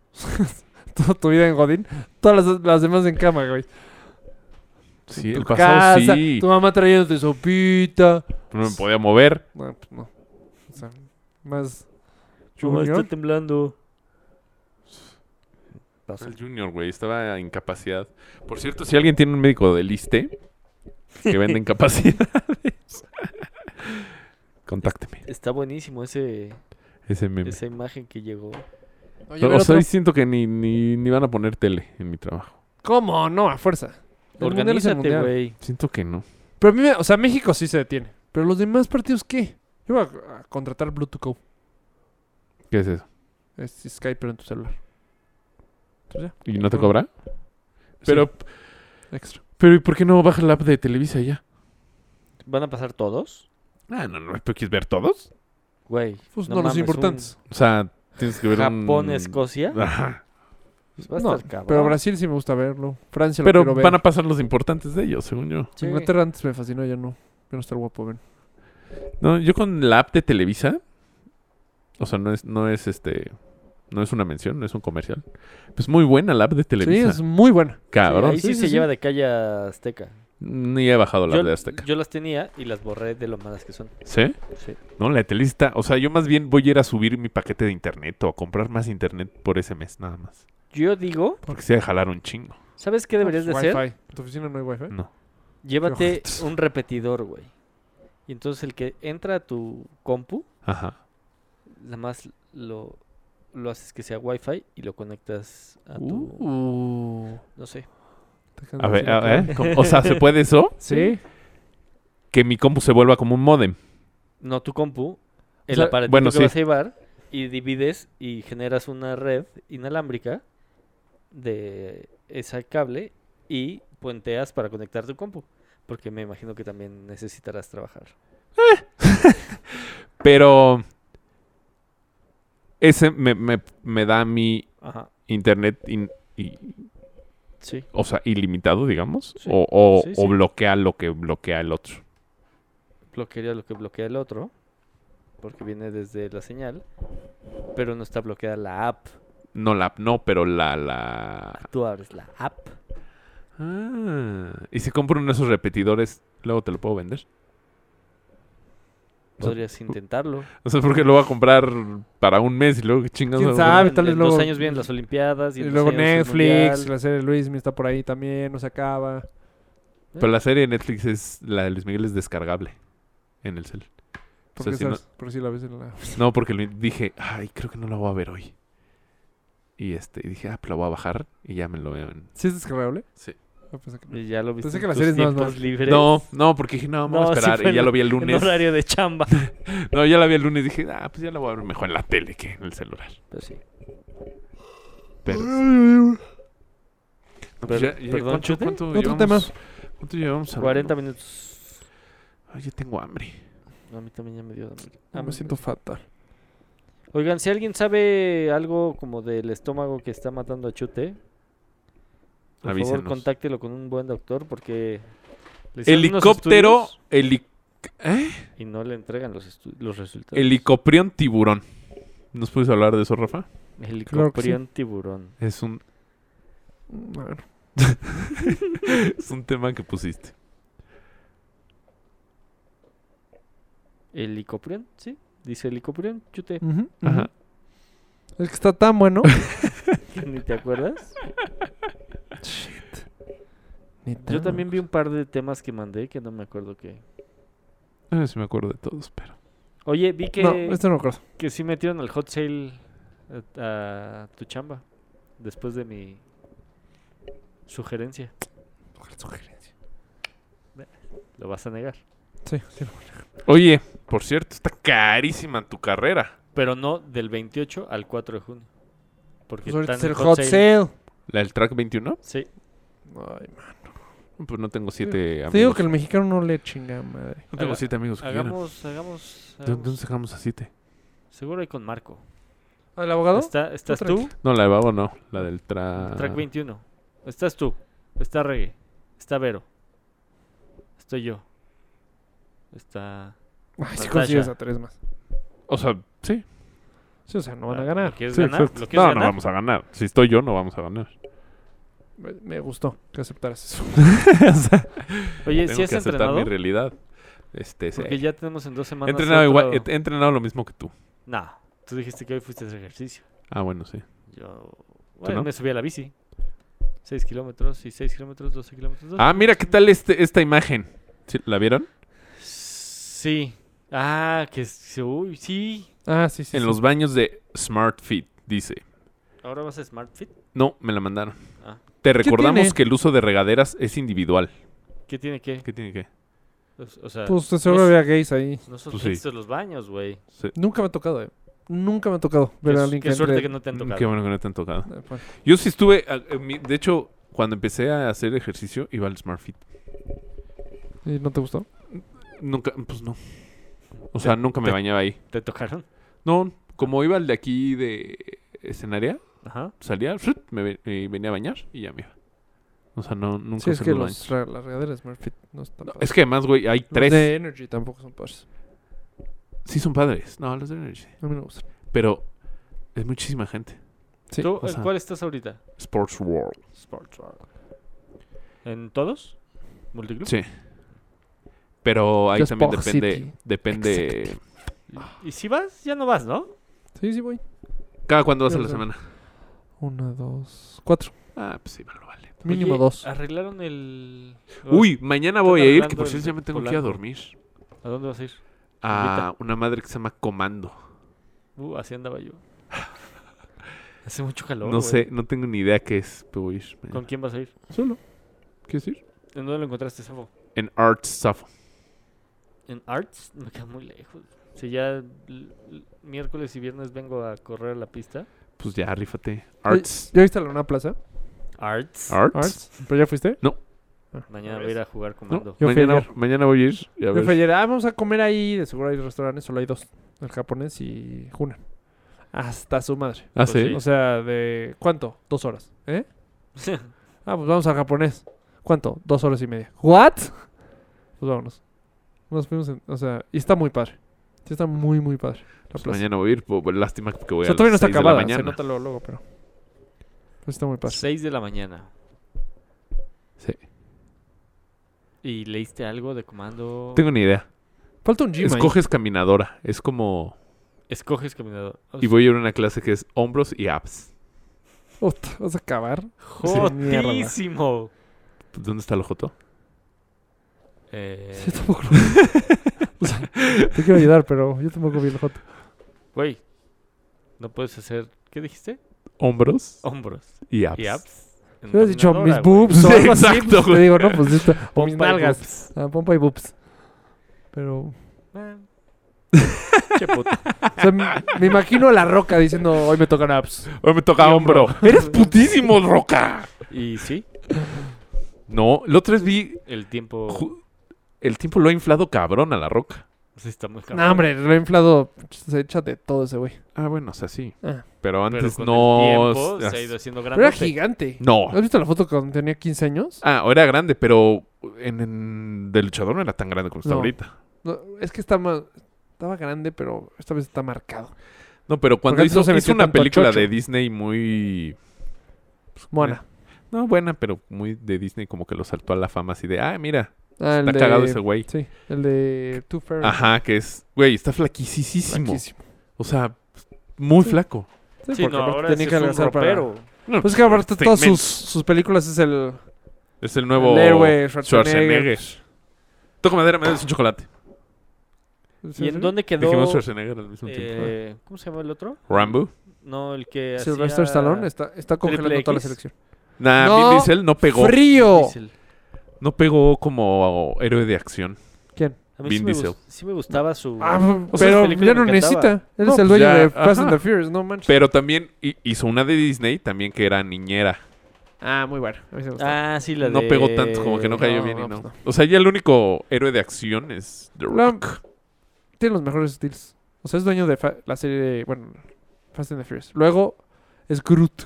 S3: Toda tu vida en Godín. Todas las, las demás en cama, güey.
S2: Sí,
S3: Tu
S2: el pasado
S3: casa,
S2: sí.
S3: Tu mamá trayéndote sopita.
S2: No me podía mover.
S3: No, pues no. O sea, más
S1: Mamá,
S3: Junior.
S1: está temblando. Pasa.
S2: El Junior, güey, estaba en capacidad. Por cierto, si alguien tiene un médico del ISTE que vende incapacidades, contácteme.
S1: Está buenísimo ese,
S2: Ese meme.
S1: esa imagen que llegó.
S3: Oye,
S2: No, o
S3: a ver
S2: sea,
S3: otro.
S2: hoy siento que ni, ni, ni van a poner tele en mi trabajo.
S3: ¿Cómo? No, a fuerza. El mundial es el
S1: Organízate,
S3: mundial.
S1: güey.
S2: Siento que no.
S3: Pero a mí, me- o sea, México sí se detiene. Pero los demás partidos, ¿qué? Yo voy a, a contratar Bluetooth Co.
S2: ¿Qué es eso?
S3: Es Skype, pero en tu celular. Entonces
S2: ¿Y no te cobra? Pero,
S3: ya, extra.
S2: pero ¿y por qué no baja la app de Televisa ya?
S1: ¿Van a pasar todos?
S2: Ah, no, no, ¿pero quieres ver todos?
S1: Güey.
S3: Pues no,
S1: no
S3: los
S1: mames,
S3: importantes.
S2: O sea, tienes que
S1: un
S2: ver un-
S1: Japón-Escocia.
S2: Ajá.
S1: Pues va a
S3: No,
S1: estar cabrón.
S3: Pero Brasil sí me gusta verlo. Francia lo
S2: Ah. Pero
S3: quiero ver.
S2: van a pasar los importantes de ellos, según yo.
S1: Sí.
S3: Inglaterra antes me fascinó, ya no. Ya no está el guapo, ven.
S2: No, yo con la app de Televisa, o sea, no es, no es este, no es una mención, no es un comercial. Pues muy buena la app de Televisa.
S3: Sí, es muy buena.
S2: Cabrón.
S1: Ahí sí,
S3: Sí,
S1: se
S3: sí, sí.
S1: lleva de calle a Azteca.
S2: Ni he bajado la
S1: Yo,
S2: app de Azteca.
S1: yo las tenía y las borré de lo malas que son.
S2: ¿Sí?
S1: Sí.
S2: No, la de Televisa, está- o sea, yo más bien voy a ir a subir mi paquete de internet o a comprar más internet por ese mes, nada más.
S1: Yo digo,
S2: Porque se va a jalar un chingo.
S1: ¿sabes qué deberías de
S3: No, pues,
S1: hacer?
S3: Wi-Fi. ¿En tu oficina no hay Wi-Fi?
S2: No.
S1: Llévate
S3: Qué ojetes.
S1: un repetidor, güey. Y entonces el que entra a tu compu,
S2: Ajá.
S1: nada más lo, lo haces que sea wifi y lo conectas a tu...
S3: Uh.
S1: No sé.
S3: Te acabas de
S2: A ver,
S3: decir
S2: a-
S3: acá.
S2: ¿eh? ¿Cómo? o sea, ¿se puede eso?
S3: Sí.
S2: Que mi compu se vuelva como un modem.
S1: No tu compu, el
S3: sea,
S1: aparatito
S2: bueno,
S1: que
S2: sí.
S1: vas a llevar y divides y generas una red inalámbrica de ese cable y puenteas para conectar tu compu. Porque me imagino que también necesitarás trabajar.
S2: Pero ese me, me- me da mi
S1: Ajá,
S2: internet in- y-
S1: sí.
S2: o sea, ilimitado, digamos.
S1: Sí.
S2: O, o-
S1: Sí,
S2: o
S1: sí.
S2: bloquea lo que bloquea el otro.
S1: bloquearía lo que bloquea el otro, porque viene desde la señal, pero no está bloqueada la app.
S2: No la app, no, pero la... la...
S1: Tú abres la app.
S2: Ah, y si compro uno de esos repetidores, luego te lo puedo vender. O sea,
S1: Podrías intentarlo.
S2: O sea, porque lo voy a comprar para un mes y luego que chingados.
S3: ¿Quién
S2: voy a
S3: sabe? Ah,
S1: En-
S3: tal vez
S1: en dos
S3: luego-
S1: años vienen las Olimpiadas y,
S3: Y
S1: en dos
S3: luego
S1: años el
S3: Netflix,
S1: Mundial.
S3: la serie de Luis está por ahí también, no se acaba.
S2: comprar? Pero la serie de Netflix es la de Luis Miguel es descargable en el cel. O
S3: Porque
S2: sea,
S3: si
S2: si no-
S3: la ves en la...
S2: No, porque le dije, ay, creo que no la voy a ver hoy. Y este, y dije, ah, pues la voy a bajar y ya me lo veo en.
S3: ¿Sí es descargable?
S2: Sí.
S3: Ah, pensé que no.
S1: Y ya lo viste
S3: Pensé
S1: en
S3: que las
S1: tus
S3: series no, no.
S1: tiempos libres.
S2: No, no, porque dije, no, vamos
S1: No,
S2: a
S1: sí
S2: esperar.
S1: fue
S2: y ya
S1: en-
S2: lo vi el
S1: En
S2: lunes.
S1: horario de chamba.
S2: No, ya la vi el lunes. Dije, ah, pues ya la voy a ver mejor en la tele que en el celular.
S1: Pero sí.
S2: Pero. No,
S1: Per-
S2: pues ya- ya,
S1: perdón,
S2: ¿cuánto,
S1: chute?
S2: cuánto
S3: Otro
S2: llevamos?
S3: tema.
S2: ¿Cuánto llevamos? hablando?
S1: 40 minutos.
S2: Ay, ya tengo hambre.
S1: No, a mí también ya me dio hambre.
S3: No, me
S1: Hambre.
S3: siento fatal.
S1: Oigan, si alguien sabe algo como del estómago que está matando a Chute, por
S2: Avísenos.
S1: favor contáctelo con un buen doctor porque... le hicieron unos
S2: Helicóptero,
S1: estudios
S2: helic- ¿eh?
S1: Y no le entregan los, estu- los resultados.
S2: helicoprión tiburón. ¿Nos puedes hablar de eso, Rafa?
S1: Helicoprión
S3: Claro que sí.
S1: tiburón.
S2: Es un,
S3: Mm, a ver.
S2: es un tema que pusiste.
S1: Helicoprión, sí. Dice helicoprión, chute.
S3: Ujú, ujú.
S2: Ajá.
S3: Es que está tan bueno.
S1: ¿Ni te acuerdas?
S3: Neta.
S1: Yo también vi un par de temas que mandé que no me acuerdo qué.
S2: No sé si me acuerdo de todos, pero.
S1: Oye, vi que,
S3: No, esto no lo creo.
S1: que sí metieron al hot sale eh, a, a tu chamba. Después de mi sugerencia.
S3: Sugerencia.
S1: Lo vas a negar.
S3: Sí, sí. lo-
S2: Oye, por cierto, está carísima tu carrera.
S1: Pero no del 28 al 4 de junio. Porque
S3: Pues ahorita es
S1: están en
S3: el hot sale.
S2: ¿La del track 21?
S1: Sí.
S3: Ay, man.
S2: Pues no tengo siete amigos.
S3: Te digo que el mexicano no le chinga madre.
S2: No tengo
S1: Haga-
S2: siete
S3: Pues
S2: amigos. que quieran.
S1: Hagamos, hagamos,
S2: ¿De dónde
S1: hagamos.
S2: sacamos a siete?
S1: Seguro hay con Marco.
S3: Ah, ¿El abogado?
S1: Está- ¿Estás
S3: tranqui. Ah.
S1: tú?
S2: No, la de Babo no. La del tra...
S1: Track 21. Estás tú. Está Reggae. Está Vero. Estoy yo. Está.
S3: Ay, si
S1: Natasha.
S3: consigues a tres más.
S2: O sea, sí.
S3: Sí, o sea, no van a
S1: Ah,
S3: ganar. pues,
S1: ¿Lo quieres
S2: sí,
S1: ganar?
S2: exacto.
S1: ¿Lo
S2: no,
S1: quieres
S2: no
S1: ganar?
S2: vamos a ganar. Si estoy yo, no vamos a ganar.
S3: Me, me gustó que aceptaras eso.
S1: Oye, si
S2: Tengo
S1: has
S2: que aceptar
S1: entrenado.
S2: mi realidad. Este, sí.
S1: Porque ya tenemos en dos
S2: He
S1: semanas.
S2: entrenado,
S1: otro-
S2: igual, he he entrenado lo mismo que tú.
S1: No. Tú dijiste que hoy fuiste a hacer ejercicio.
S2: Ah, bueno, sí.
S1: Yo. Bueno,
S2: no?
S1: me subí a la bici. 6 kilómetros y 6 kilómetros, 12 kilómetros. 12.
S2: Ah, mira, ¿qué tal este, esta imagen? ¿Sí, ¿La vieron?
S1: Sí. Ah, que. s- Uy, sí.
S3: Ah, sí, sí.
S2: En
S3: sí.
S2: los baños de Smart Fit, dice.
S1: Ahora vas a SmartFit.
S2: No, me la mandaron.
S1: Ah.
S2: Te
S3: ¿Qué
S2: recordamos
S3: tiene?
S2: que el uso de regaderas es individual.
S1: ¿Qué tiene que?
S2: ¿Qué tiene que?
S1: O, o sea,
S3: Pues de seguro
S1: no,
S3: había gays ahí.
S1: s- no son
S2: Pues sí.
S1: estos los baños, güey.
S3: Nunca me ha tocado, eh. Nunca me ha tocado
S1: Qué,
S3: ver a
S1: su-
S3: alguien
S1: qué
S3: que entre-
S1: suerte que no te han tocado.
S2: Mm, Qué bueno que no te han tocado.
S3: Eh, pues,
S2: Yo sí estuve, ah, eh, mi- de hecho, cuando empecé a hacer ejercicio iba al Smart Fit.
S3: ¿y ¿No te gustó?
S2: Nunca, pues no. O sea, nunca me
S1: te-
S2: bañaba ahí.
S1: ¿Te tocaron?
S2: No, como iba al de aquí de escenaria,
S1: Ajá.
S2: salía, ¡frut! me, ve- eh, venía a bañar y ya me iba. O sea, no, nunca
S3: Sí, es
S2: usé
S3: que
S2: los
S3: los,
S2: baños.
S3: re- las regaderas Smart Fit no están
S2: No,
S3: padres.
S2: es que además, güey, hay
S3: Los
S2: tres.
S3: de Energy tampoco son padres.
S2: Sí son padres. No, los de Energy.
S3: A mí no me gustan.
S2: Pero es muchísima gente.
S3: Sí,
S1: ¿Tú
S2: o
S1: en
S2: sea-
S1: cuál estás ahorita?
S2: Sports World.
S1: ¿En todos? ¿Multiclub?
S2: Sí. Pero ahí
S3: Just
S2: también
S3: Pog
S2: depende.
S3: City.
S2: Depende.
S1: ¿Y si vas? Ya no vas, ¿no?
S3: Sí, sí, voy.
S2: Cada cuándo vas a
S3: Yo
S2: la
S3: sé.
S2: semana.
S3: Una, dos, cuatro.
S2: Ah, pues sí, me lo vale.
S3: Mínimo
S1: Oye,
S3: dos.
S1: Arreglaron el.
S2: Uy, mañana
S1: Están
S2: voy a ir, que
S1: hablando
S2: por
S1: del
S2: cierto ya me tengo que ir a
S1: Polanco.
S2: dormir.
S1: ¿A dónde vas a ir?
S2: A una madre que se llama Comando.
S1: Uh, así andaba yo. Hace mucho calor.
S2: no
S1: güey.
S2: sé, no tengo ni idea qué es, pero voy a ir.
S1: ¿Con quién vas a ir?
S2: Solo. ¿Qué decir?
S1: ¿En dónde lo encontraste, Safo?
S2: En Art Safo.
S1: ¿En Arts? Me queda muy lejos. Si ya l- l- miércoles y viernes vengo a correr a la pista.
S2: Pues ya, rífate. Arts.
S3: ¿Ya viste la Luna Plaza?
S1: Arts.
S2: Arts.
S3: Arts. ¿Pero ya fuiste?
S1: Mañana voy a ir a jugar
S2: No,
S1: comando.
S3: Yo fui
S2: mañana,
S3: ayer.
S2: mañana voy a ir. y a
S3: Yo
S2: ver.
S3: fui ayer. Ah, vamos a comer ahí. De seguro hay restaurantes. Solo hay dos. El japonés y Hunan. Hasta su madre.
S2: Ah,
S1: Pues
S2: sí.
S1: sí.
S3: O sea, ¿de cuánto? Dos horas. ¿Eh? Ah, pues vamos al japonés. ¿Cuánto? Dos horas y media. ¿What? Pues vámonos. Nos fuimos en- O sea, y está muy padre. Sí, está muy, muy padre. La
S2: Pues
S3: plaza.
S2: mañana voy a ir. po- Lástima que voy
S3: o
S2: a
S3: sea,
S2: las
S3: todavía no está
S2: seis de la
S3: acabada. Se
S2: mañana.
S3: nota luego, luego, pero. Pues está muy padre.
S1: 6 de la mañana.
S2: Sí.
S1: ¿Y leíste algo de comando?
S2: No tengo ni idea.
S3: Falta un gym. ahí.
S2: Escoges caminadora. Es como...
S1: Escoges caminador.
S3: Pues
S2: Y voy a ir a una clase que es hombros y abs.
S3: Puta, vas a acabar.
S1: ¡Jotísimo!
S2: ¿Dónde está el joto?
S1: Eh,
S3: Yo tampoco lo- O sea, te quiero ayudar, pero yo tampoco vi el hot.
S1: Güey, no puedes hacer. ¿Qué dijiste?
S2: Hombros
S1: Hombros
S2: y abs.
S1: y abs. en
S3: Ah, pues, Yo hubiera dicho mis
S1: caminadora, güey.
S3: boobs o
S2: Sí,
S3: algo así,
S2: exacto,
S3: pues,
S2: güey.
S3: Te digo, no, pues esto. O
S1: Pompa
S3: mis
S1: y
S3: nalgas.
S1: boobs.
S3: Ah, pompa y boobs. Pero.
S1: Eh. Che puto.
S3: O sea, me, me imagino a la roca diciendo, hoy me tocan apps.
S2: Hoy me toca hombro. ¡Eres putísimo, Roca!
S1: Y sí,
S2: No, el otro es vi...
S1: el tiempo
S2: ju- El tiempo lo ha inflado cabrón a la Roca.
S1: sí está muy
S3: No, hombre, lo he inflado. Se echa de todo ese güey.
S2: Ah, bueno, o sea, sí.
S3: Ah.
S1: Pero
S2: Pero antes
S1: con
S2: no...
S1: el tiempo
S2: as-
S1: se ha ido haciendo
S3: Pero era
S1: grande.
S3: gigante.
S2: No.
S3: ¿Has visto la foto cuando tenía 15 años?
S2: Ah, o era grande, pero en, en- de luchador no era tan grande como está
S3: No.
S2: ahorita.
S3: No, es que está más. Estaba grande, pero esta vez está marcado.
S2: No, pero cuando
S3: Porque
S2: hizo,
S3: no se
S2: hizo
S3: metió
S2: una
S3: tanto
S2: película
S3: chocho.
S2: de Disney muy...
S3: Mona.
S2: No, buena, pero muy de Disney como que lo saltó a la fama así de... Ah, mira,
S3: Ah, el
S2: está
S3: de-
S2: cagado ese güey.
S3: Sí, el de Two Fair.
S2: Ajá, que es... Güey, está flaquisísimo.
S3: Flaquísimo.
S2: O sea, muy flaco.
S3: Sí,
S1: Sí,
S3: porque
S1: no,
S3: aparte
S1: ahora
S3: tenía
S1: ese
S3: que
S1: es un
S3: alcanzar para-
S1: ropero.
S2: No,
S3: Pues es que aparte
S2: está
S3: todas sus,
S2: Este inmenso.
S3: sus películas es el,
S2: Es el nuevo
S3: el héroe
S2: Schwarzenegger.
S3: Schwarzenegger.
S2: Toca madera, me das un chocolate.
S1: ¿Y en dónde quedó?
S2: Dijimos Schwarzenegger al mismo tiempo.
S1: eh, ¿Cómo se llama el otro?
S2: ¿Rambo?
S1: No, el que hacía
S3: Sylvester Stallone está, está congelando
S1: Triple
S3: toda la
S1: X.
S3: selección.
S2: Nah,
S3: No.
S2: Vin Diesel no pegó.
S3: ¡Frío!
S1: Diesel.
S2: No pegó como héroe de acción.
S3: ¿Quién?
S1: A mí
S2: Vin
S1: sí me, gust-
S2: Diesel.
S1: sí me gustaba su...
S3: Ah,
S1: esa
S3: pero
S1: película
S3: ya
S1: me encantaba.
S3: no necesita. Él
S2: No,
S3: es
S2: pues
S3: el dueño
S2: ya,
S3: de Fast and
S2: ajá.
S3: the Furious, no manches.
S2: Pero también hi- hizo una de Disney también que era niñera.
S3: Ah, muy bueno. A mí se me gusta.
S1: Ah, sí, la
S2: No
S1: de...
S2: pegó tanto, como que no cayó
S3: no,
S2: bien y
S3: no,
S2: no.
S3: pues
S2: O sea, ya el único héroe de acción es The
S3: No.
S2: Rock.
S3: Tiene los mejores deals. O sea, es dueño de fa- la serie de, bueno, Fast and the Furious. Luego es Groot.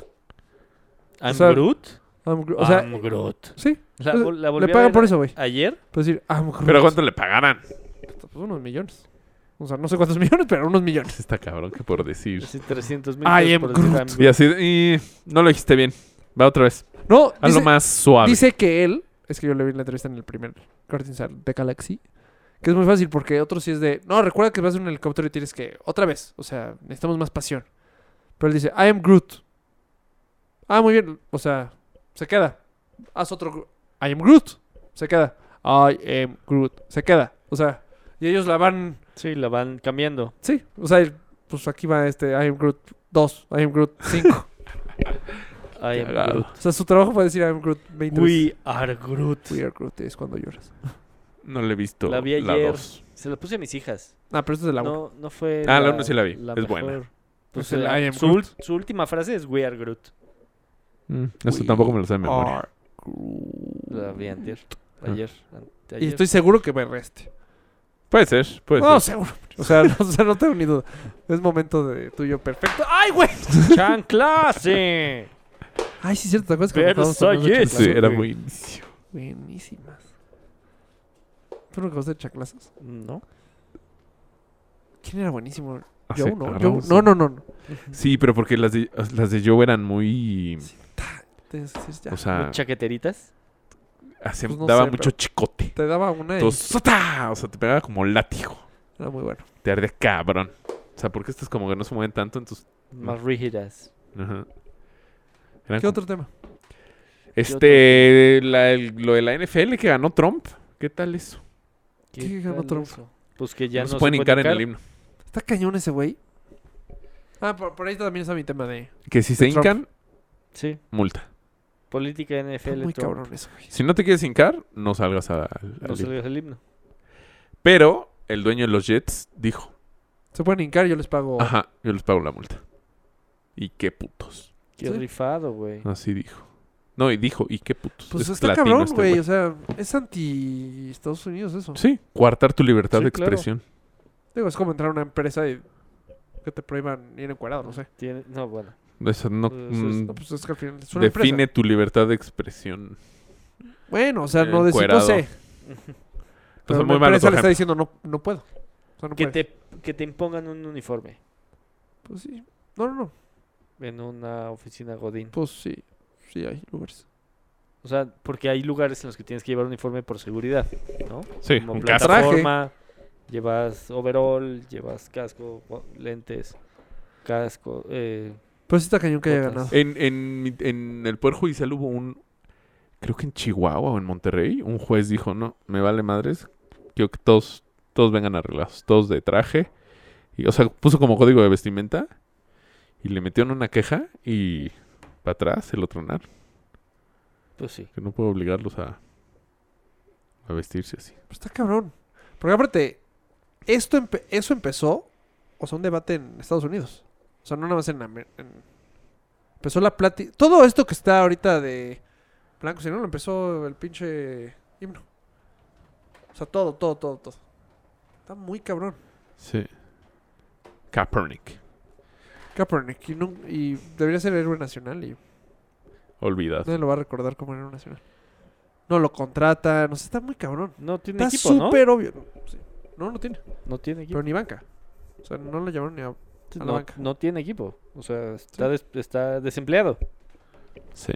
S1: ¿I'm
S3: o sea,
S1: Groot?
S3: I'm Groot. O sea,
S1: I'm Groot.
S3: sí.
S1: La,
S3: o sea,
S1: vol- la Ah, volví a
S3: Le pagan
S1: ver
S3: por eso, güey.
S1: ¿Ayer?
S3: Puedes decir, I'm Groot.
S2: Pero ¿cuánto le pagaran?
S3: Pues unos millones. O sea, no sé cuántos millones, pero unos millones.
S2: Está cabrón que por decir.
S1: Así 300 mil.
S3: I
S1: pesos
S3: am
S1: Pues por decir
S3: Groot.
S1: I'm
S2: Y así, y no lo dijiste bien. Va otra vez.
S3: No,
S2: Hazlo
S3: dice-
S2: más suave.
S3: Dice que él, es que yo le vi en la entrevista en el primer Guardians of the Galaxy, Que es muy fácil porque otro sí es de, no, recuerda que vas en un helicóptero y tienes que, otra vez, o sea, necesitamos más pasión. Pero él dice, I am Groot. Ah, muy bien, o sea, se queda. Haz otro, Gro- I am Groot. Se queda. I am Groot. Se queda. O sea, y ellos la van,
S1: Sí, la van cambiando.
S3: sí, o sea, el- pues aquí va este I am Groot 2, I am Groot 5.
S1: I am
S2: Cagado.
S1: Groot.
S3: o sea, su trabajo fue decir I am Groot 20 veces.
S1: We are Groot.
S3: We are Groot es cuando lloras.
S2: No la he visto.
S1: La vi ayer.
S2: dos.
S1: Se la puse a mis hijas.
S3: Ah, pero esto es de la 1.
S1: No, no fue.
S2: Ah, la uno sí la vi. Es buena.
S1: mejor.
S3: Pues
S1: O
S3: el
S1: sea,
S3: I am
S1: su,
S3: Groot.
S1: ul- su última frase es We are Groot.
S2: Mm, Eso tampoco me lo sé de memoria.
S3: Are Groot.
S1: La vi antier.
S2: Ah.
S1: Ayer. anteayer.
S3: Y estoy seguro que me reste.
S2: Puede ser, puede
S3: no,
S2: ser.
S3: seguro. O sea, no, o sea, no tengo ni duda. Es momento de tuyo perfecto. ¡Ay, güey!
S1: ¡Chanclase!
S3: Ay, sí, es cierto. ¿Te acuerdas que
S1: Pero
S3: contábamos
S1: soy
S3: torneos de
S1: ese.
S2: Sí,
S3: chaclazos?
S2: era
S1: güey.
S2: muy inicio.
S3: Buenísimas. ¿Tú no conoces chaclazos?
S1: No.
S3: ¿Quién era buenísimo?
S2: Ah,
S3: Yo
S2: sí,
S3: no. Yo,
S2: agarramos
S3: no,
S2: un-
S3: no, no. no.
S2: Sí, pero porque las de, las de Joe eran muy...
S3: Te, sí, ya.
S2: O sea,
S1: Chaqueteritas.
S2: hacían-
S3: pues no
S2: daba
S3: sé,
S2: mucho
S3: pero-
S2: chicote.
S3: te daba una y
S2: Entonces, ¡zata! O sea, te pegaba como látigo.
S3: era muy bueno.
S2: Te ardía cabrón. O sea, porque estas como que no se mueven tanto, entonces...
S1: Más
S2: Mm.
S1: rígidas.
S2: Ajá. Eran
S3: ¿Qué
S2: como-
S3: otro tema?
S2: Este, la- el- lo de la NFL que ganó Trump. ¿Qué tal eso?
S3: ¿Qué ganó
S1: tal
S3: Trump?
S1: eso? Pues que ya
S2: no
S1: no,
S2: se pueden hincar en el himno.
S3: Está cañón ese güey. Ah, por, por ahí también está mi tema de...
S2: Que si se
S3: Trump.
S2: hincan,
S1: Sí.
S2: multa.
S1: Política
S3: Está
S1: NFL.
S3: muy
S1: Trump.
S3: cabrón eso, güey.
S2: Si no te quieres hincar, no salgas a- al-
S1: No
S2: al
S1: se
S2: himno.
S1: le dio el himno.
S2: Pero el dueño de los Jets dijo,
S3: Se pueden hincar, yo les pago...
S2: ajá, yo les pago la multa. Y qué putos.
S1: Qué
S3: Sí.
S1: rifado, güey.
S2: Así dijo. No, y dijo, y qué putos.
S3: Pues
S2: Es
S3: está
S2: latino
S3: cabrón,
S2: este
S3: güey. o sea, es anti Estados Unidos eso.
S2: Sí, coartar tu libertad
S1: Sí,
S2: de
S1: claro.
S2: expresión.
S3: Digo, es como entrar a una empresa y que te prohíban ir encuadrado, no sé.
S1: Tiene- No, bueno.
S2: Eso no,
S1: Pues eso es-
S2: mm,
S3: No, pues es que al final es una
S2: define
S3: empresa.
S2: tu libertad de expresión.
S3: Bueno, o sea, no decir no
S2: Encuerado.
S3: sé.
S2: Pues
S3: Pero
S2: es
S3: una
S2: muy malo
S3: empresa
S2: tu
S3: le está
S2: ejemplo.
S3: diciendo no, no puedo. O sea, no
S1: Que
S3: puedes.
S1: te, que te impongan un uniforme
S3: Pues sí. No, no, no.
S1: en una oficina Godín.
S3: Pues sí. Sí, hay lugares.
S1: O sea, porque hay lugares en los que tienes que llevar uniforme por seguridad, ¿no?
S2: Sí,
S1: Como
S2: un caso.
S1: plataforma, llevas overall, llevas casco, bo- lentes, casco, eh,
S3: Pero sí Pues está cañón que haya
S1: Botas.
S3: ganado.
S2: En, en, mi- en el Poder Judicial hubo un. Creo que en Chihuahua o en Monterrey, un juez dijo: No, me vale madres. Quiero que todos, todos vengan arreglados, todos de traje. Y, o sea, puso como código de vestimenta. Y le metieron una queja y. Para atrás se lo tronaron.
S1: pues sí.
S2: Que no puedo obligarlos a. A vestirse así.
S3: Pues está cabrón. Porque aparte, esto empe- eso empezó, o sea, un debate en Estados Unidos. O sea, no nada más en... Amer- en- Empezó la plática... Todo esto que está ahorita de blanco, si no, lo empezó el pinche himno. O sea, todo, todo, todo, todo. Está muy cabrón.
S2: Sí. Kaepernick.
S3: Kaepernick. Y, nun- y debería ser héroe nacional y
S2: Olvidado.
S3: nadie lo va a recordar como héroe nacional. No lo contrata, no sé, está muy cabrón.
S1: No tiene
S3: Está
S1: equipo, ¿no?
S3: súper obvio. Sí. No, no tiene.
S1: No tiene equipo.
S3: Pero ni banca. O sea, no lo llamaron ni a a la
S1: No,
S3: banca.
S1: no tiene equipo. O sea, está, des- está desempleado.
S2: Sí.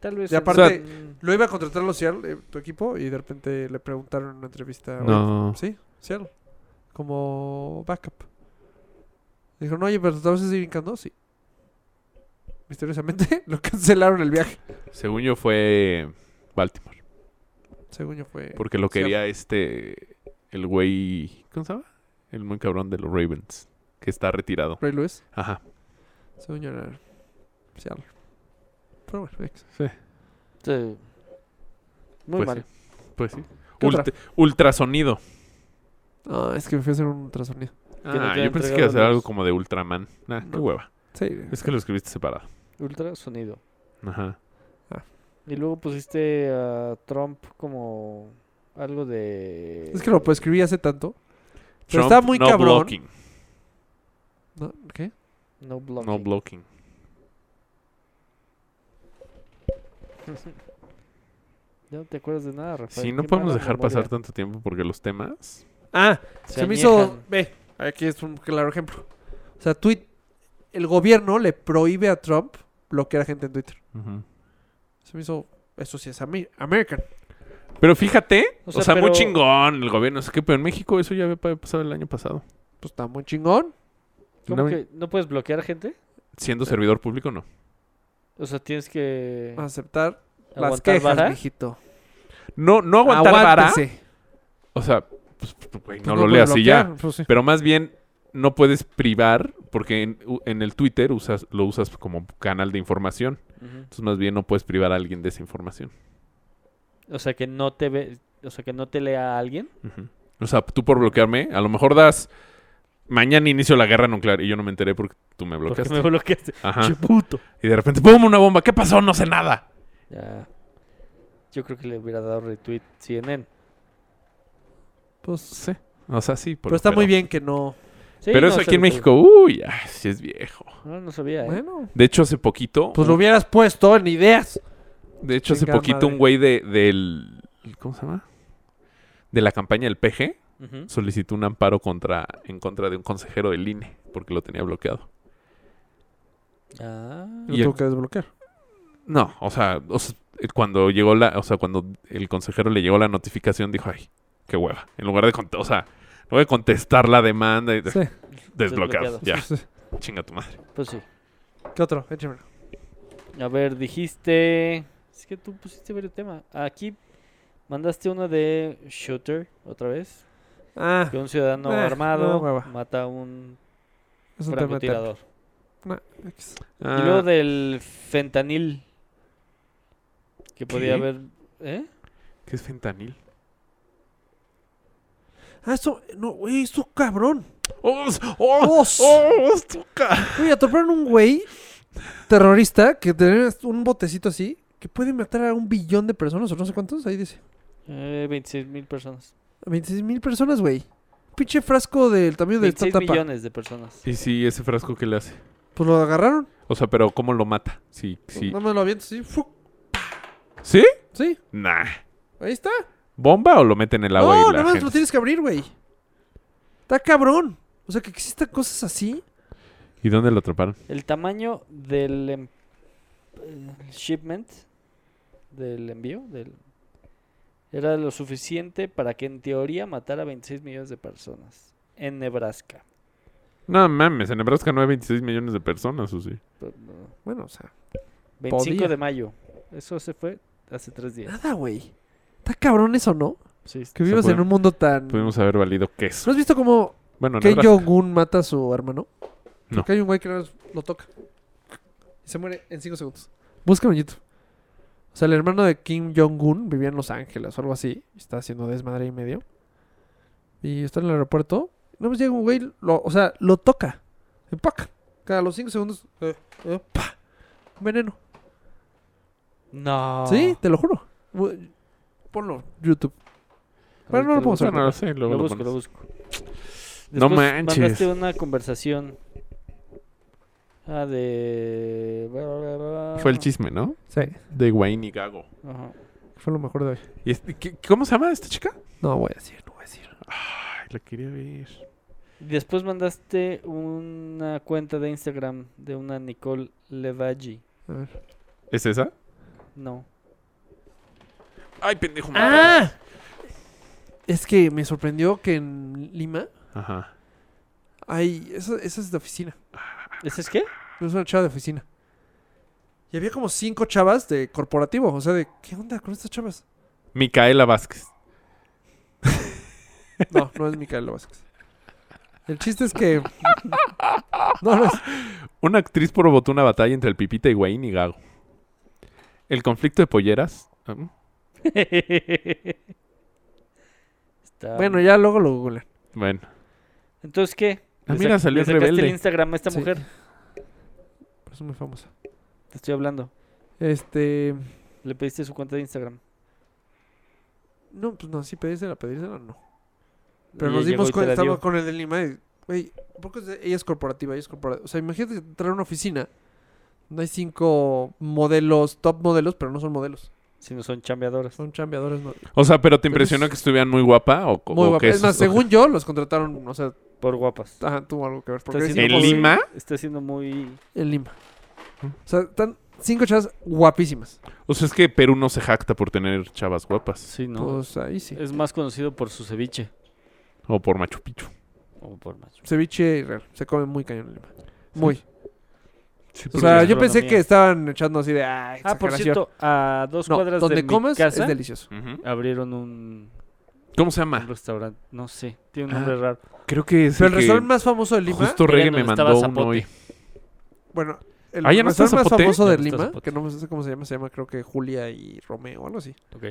S1: Tal vez.
S3: Y
S1: en-
S3: aparte-
S1: Mm,
S3: Lo iba a contratar los Seattle, eh, tu equipo, y de repente le preguntaron en una entrevista. "Oye,
S2: No.
S3: Sí, Seattle. Como backup. Dijeron, oye, pero ¿te vas a seguir hincando? Sí. Misteriosamente lo cancelaron el viaje.
S2: Según yo fue. Baltimore.
S3: Según yo fue.
S2: Porque lo
S3: Sí,
S2: quería este. El güey. ¿Cómo se llama? El muy cabrón de los Ravens. Que está retirado.
S3: Ray Lewis.
S2: Ajá.
S3: Según yo era Seattle. Pero bueno, ex.
S2: Sí.
S1: sí. este, Muy
S2: Pues
S1: mal.
S2: Pues sí.
S3: ¿Qué otra?
S2: Ultra- ultrasonido.
S3: No, es que me fui a hacer un trastornido.
S1: Que no
S2: Ah,
S1: te
S2: yo
S1: han
S2: pensé
S1: entregado
S2: que iba a ser
S1: los-
S2: algo como de Ultraman. Nah, qué
S3: No.
S2: hueva.
S3: Sí.
S2: Es que lo escribiste separado.
S1: Ultra sonido.
S2: Ajá.
S1: Y luego pusiste a Trump como algo de.
S3: Es que lo pues, escribí hace tanto.
S2: Trump,
S3: Pero está muy
S2: no
S3: cabrón.
S2: Blocking.
S3: ¿No? ¿Qué?
S1: No blocking.
S2: No blocking.
S1: Ya no te acuerdas de nada, Rafael.
S2: Sí, no
S1: Qué
S2: podemos
S1: mala
S2: dejar
S1: memoria.
S2: pasar tanto tiempo porque los temas.
S3: Ah,
S1: Se,
S3: Se, me
S1: añejan.
S3: hizo. Ve, aquí es un claro ejemplo. O sea, tweet, el gobierno le prohíbe a Trump bloquear a gente en Twitter. Se me hizo. Eso sí es ami- American.
S2: Pero fíjate,
S1: O
S2: o
S1: sea,
S2: sea,
S1: pero-
S2: muy chingón el gobierno. Es que, pero en México eso ya había pa- pasado el año pasado.
S3: Pues está muy chingón.
S1: ¿Cómo
S2: No,
S1: que no puedes bloquear gente?
S3: Eh.
S2: Siendo servidor público, no.
S1: O sea, tienes que
S2: Ah,
S3: Aceptar las
S1: aguantar
S3: quejas,
S1: vara.
S3: mijito.
S2: No, no aguantar vara.
S3: Aguántese.
S2: O sea, pues, pues, güey,
S3: Pues
S2: no lo
S3: puedes
S2: leas y ya.
S3: bloquear, pues sí.
S2: Pero más bien no puedes privar porque en, u- en el Twitter usas, lo usas como canal de información.
S1: Ujú.
S2: Entonces más bien no puedes privar a alguien de esa información.
S1: O sea, que no te ve, o sea, que no te lea a alguien.
S2: Ujú. O sea, tú por bloquearme, a lo mejor das... Mañana inicio la guerra nuclear y yo no me enteré porque tú me
S1: Porque
S2: bloqueaste. Ah.
S1: me bloqueaste.
S2: Ajá.
S1: Che puto.
S2: Y de repente, ¡pum! Una bomba. ¿Qué pasó? No sé nada.
S1: Ya. Yo creo que le hubiera dado retweet CNN.
S2: Pues sí. O sea, sí.
S3: Pero está muy bien que no.
S1: Sí,
S2: pero
S1: no,
S2: eso
S1: se
S2: aquí en
S1: lo-
S2: México, uy, ay, sí es viejo.
S1: No, no sabía, ¿eh?
S3: Bueno.
S2: De hecho, hace poquito.
S3: Pues lo hubieras puesto en ideas.
S2: De hecho, hace
S3: Chingada
S2: poquito
S3: madre.
S2: un güey de, del. ¿Cómo se llama? De la campaña del PG
S1: Ujú.
S2: solicitó un amparo contra, en contra de un consejero del INE porque lo tenía bloqueado.
S1: Ah.
S3: Lo
S2: Y-
S3: tengo que desbloquear.
S2: No, o sea, o sea, eh, cuando llegó la. O sea, cuando el consejero le llegó la notificación, dijo, ay, qué hueva. En lugar de. cont- O sea, no voy a contestar la demanda. y-
S3: Sí.
S2: Desbloqueado.
S1: Desbloqueado.
S2: Ya,
S3: Pues sí.
S2: chinga tu madre.
S1: Pues sí.
S3: ¿Qué otro? Échame.
S1: A ver, dijiste. Es que tú pusiste varios temas. Aquí mandaste uno de Shooter, otra vez.
S3: Ah,
S1: Que un ciudadano
S3: Ah,
S1: armado
S3: no, hueva.
S1: mata a un
S3: es un tema de
S1: francotirador. Y
S2: Ah,
S1: luego del fentanil. Que podía
S2: ¿Qué?
S1: haber. ¿Eh?
S2: ¿Qué es fentanil?
S3: Ah, eso, no, güey, eso cabrón.
S2: ¡Oh! ¡Oh!
S3: ¡Os!
S2: ¡Oh! tu ca-
S3: Güey, atraparon un güey terrorista que tenía un botecito así que puede matar a un billón de personas o no sé cuántos, ahí dice.
S1: Eh, 26 mil personas.
S3: A 26 mil personas, güey. Pinche frasco del tamaño de esta
S1: 26
S3: tapa.
S1: millones de personas.
S2: Y sí, ese frasco que le hace.
S3: Pues lo agarraron.
S2: O sea, pero ¿cómo lo mata? Sí, sí.
S3: No me lo aviento así. ¡fuc!
S2: ¿Sí?
S3: Sí,
S2: Nah.
S3: ahí está.
S2: ¿Bomba o lo mete en el agua
S3: no,
S2: y la
S3: nada más
S2: gente-
S3: lo tienes que abrir, güey. Está cabrón. O sea, que existan cosas así.
S2: ¿Y dónde lo atraparon?
S1: El tamaño del em- el shipment del envío del era lo suficiente para que en teoría matara a 26 millones de personas en Nebraska.
S2: No mames, en Nebraska no hay 26 millones de personas, ¿o sí?
S1: Pero, Pues, no,
S3: Bueno, o sea,
S1: 25
S3: Podía.
S1: de mayo. Eso se fue hace tres días.
S3: nada, güey. Está cabrón eso, ¿no?
S1: Sí, sí.
S3: Que vivas en
S2: pudi-
S3: un mundo tan...
S2: Pudimos haber valido queso.
S3: ¿No has visto cómo
S2: Bueno,
S3: que
S2: Nebraska.
S3: Jong-un mata a su hermano?
S2: No.
S3: Que hay un güey que nada más lo toca. Y se muere en 5 segundos. Búscalo en YouTube. O sea, el hermano de Kim Jong-un vivía en Los Ángeles o algo así. y Está haciendo desmadre y medio. Y está en el aeropuerto. No más llega un güey, lo- o sea, lo toca. Y ¡pac! Cada los 5 segundos. eh, eh, ¡pa! Veneno.
S1: No.
S3: Sí, te lo juro. Bu- Ponlo, YouTube. Bueno, no lo puedo
S2: No,
S3: hacer.
S2: no lo sé, luego
S1: Lo
S2: lo
S1: busco, lo
S2: pones.
S1: busco.
S2: No
S1: Después
S2: manches.
S1: Mandaste una conversación. Ah, de. bla, bla, bla, bla.
S2: Fue el chisme, ¿no?
S3: Sí,
S2: De Wayne y Gago.
S1: Ajá.
S3: fue lo mejor de hoy.
S2: ¿Y este- qué- ¿Cómo se llama esta chica?
S3: No voy a decir, no voy a decir.
S2: Ay, la quería ver.
S1: Después mandaste una cuenta de Instagram de una Nicole Levaggi.
S3: A ver.
S2: ¿Es esa?
S1: No.
S2: Ay, pendejo. madre.
S3: ¡Ah! Es que me sorprendió que en Lima
S2: Ajá.
S3: hay. Esa, esa es de oficina.
S1: ¿Ese es qué?
S3: Es una chava de oficina. Y había como cinco chavas de corporativo. O sea, de. ¿Qué onda con estas chavas?
S2: Micaela Vázquez.
S3: No, no es Micaela Vázquez. El chiste es que. No, no es.
S2: Una actriz provocó una batalla entre el Pipita Higuaín y Gago. El conflicto de polleras. ah,
S1: Está-
S3: Bueno, ya luego lo googlean.
S2: Bueno.
S1: Entonces, ¿qué?
S2: Ah,
S1: ¿Le
S2: mira,
S1: sac-
S2: salió
S1: le
S2: el
S1: sacaste
S2: rebelde.
S1: el Instagram a esta
S3: Sí.
S1: mujer?
S3: Pero es muy famosa.
S1: Te estoy hablando.
S3: Este.
S1: Le pediste su cuenta de Instagram.
S3: No, pues no, sí, pedírsela, pedírsela no.
S1: Y
S3: Pero
S1: ella llegó
S3: nos
S1: y
S3: dimos
S1: te
S3: cuenta,
S1: la dio.
S3: estaba con el de Lima y, güey, tampoco es de- ella es corporativa, ella es corporativa. O sea, imagínate entrar a una oficina donde hay cinco modelos, top modelos, pero no son modelos.
S1: Si no son chambeadoras.
S3: Son chambeadores. No,
S2: O sea, pero te
S3: Pero
S2: impresionó
S3: es-
S2: que estuvieran muy guapa o, co-
S3: muy
S2: o
S3: guapos.
S2: que
S3: Es
S2: esos-
S3: más,
S2: o-
S3: según yo, los contrataron, o sea,
S1: Por guapas.
S3: ajá, tuvo algo que ver.
S1: Está
S3: Porque
S1: siendo
S2: ¿En
S1: muy-
S2: Lima?
S1: Está siendo muy...
S3: en Lima. O sea, están Cinco chavas guapísimas.
S2: O sea, es que Perú no se jacta por tener chavas guapas.
S1: Sí, ¿no? Eh.
S3: Pues ahí sí.
S1: Es más conocido por su ceviche.
S2: O por Machu Picchu.
S1: O por Machu.
S3: Ceviche real. Se come muy cañón en Lima. Muy.
S2: Sí,
S3: O
S1: porque
S3: sea,
S1: es
S3: yo pensé
S1: gastronomía.
S3: que estaban echando así de. Ah,
S1: Ah, por
S3: exageración".
S1: cierto, a dos
S3: No,
S1: cuadras
S3: donde
S1: de
S3: comes
S1: mi casa
S3: es delicioso.
S2: Ujú.
S1: abrieron un,
S2: ¿Cómo se
S1: un
S2: llama?
S1: restaurante. No sé, tiene un
S2: Ah,
S1: nombre raro.
S2: Creo que es
S3: Pero el
S2: que
S3: restaurante más famoso de Lima.
S2: justo
S1: Era
S2: Reggae
S1: en
S2: me
S1: donde estaba
S2: mandó uno
S1: Zapote.
S2: hoy.
S3: Bueno, el
S2: Ah, ¿ya no está
S3: restaurante más
S2: Zapote?
S3: famoso
S1: Ya
S3: de
S1: no está
S3: Lima,
S1: Zapote.
S3: que no sé cómo se llama, se llama creo que Julia y Romeo o algo así.
S1: Ok.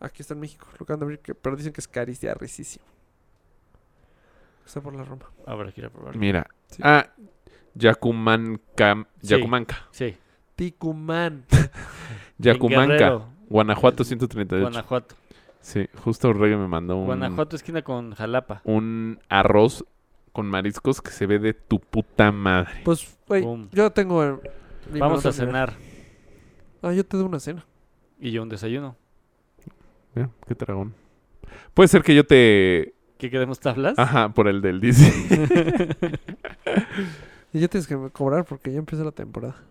S3: Aquí está en México, lo acaban de abrir, que- pero dicen que es carísimo, risísimo. Está por la Roma.
S1: Habrá que ir a probarlo.
S2: Mira.
S3: Sí.
S2: Ah, Yacumanca.
S1: Sí.
S2: Yacumanca.
S1: Sí.
S3: Ticumán.
S1: En
S2: Yacumanca.
S1: Guerrero,
S2: Guanajuato 138.
S1: Guanajuato.
S2: Sí, justo Reggae me mandó un,
S1: Guanajuato esquina con Jalapa.
S2: un arroz con mariscos que se ve de tu puta madre.
S3: Pues, güey,
S1: Boom.
S3: yo tengo... eh, el- Lima
S1: Vamos
S3: no
S1: a
S3: tengo
S1: cenar.
S3: dinero. Ah, yo te doy una cena.
S1: Y yo un desayuno.
S2: Mira, qué dragón. Puede ser que yo te...
S1: ¿Qué queremos tablas?
S2: Ajá, por el del DC.
S3: Y ya tienes que me- cobrar porque ya empieza la temporada.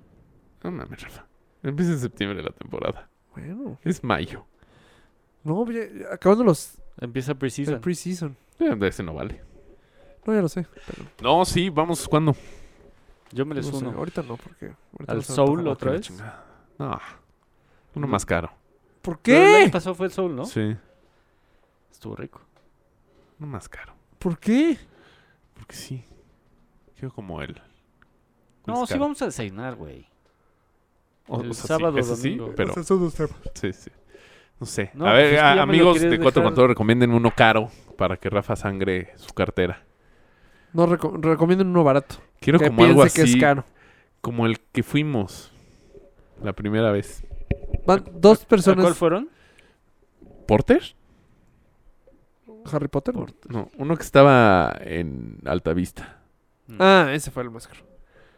S2: No mames, Rafa. Empieza en septiembre la temporada.
S3: Bueno,
S2: Es mayo.
S3: no, ya- ya acabando los...
S1: Empieza
S3: El
S1: Precision.
S3: pre-season.
S2: Eh, Ese no vale.
S3: No, ya lo sé.
S2: No, sí, vamos cuando.
S1: Yo me les
S3: No sé,
S1: uno.
S3: Ahorita no, porque... ahorita
S1: Al
S3: no se me antoja
S1: Soul
S3: nada.
S1: otra vez.
S2: No. Uno más caro.
S3: ¿Por
S1: Pero El
S3: qué?
S1: año pasado fue el Soul, ¿no?
S2: Sí.
S1: Estuvo rico.
S2: Uno más caro.
S3: ¿Por qué?
S2: Porque sí. Quiero como él.
S1: No,
S2: Es
S1: sí
S2: caro.
S1: vamos a desayunar, güey.
S2: O-
S1: el
S2: o sea, sí,
S1: sábado,
S2: eso sí,
S1: domingo.
S2: pero
S3: Esos son los temas.
S2: sí, sí. No sé.
S1: No,
S2: a
S1: pues
S2: ver,
S1: es que
S2: a-
S1: ya me lo
S2: amigos
S1: quieres
S2: de Cuatro
S1: dejar.
S2: con Todo, recomienden uno caro para que Rafa sangre su cartera.
S3: No, reco- recomiendo uno barato.
S2: Quiero
S3: que
S2: como algo
S3: piense
S2: así,
S3: que es caro.
S2: como el que fuimos la primera vez.
S3: Van dos
S1: ¿A cuál
S3: personas.
S1: fueron?
S2: ¿Porter?
S3: Harry Potter.
S1: Por-
S2: No, uno que estaba en Altavista.
S3: Ah, ese fue el más caro.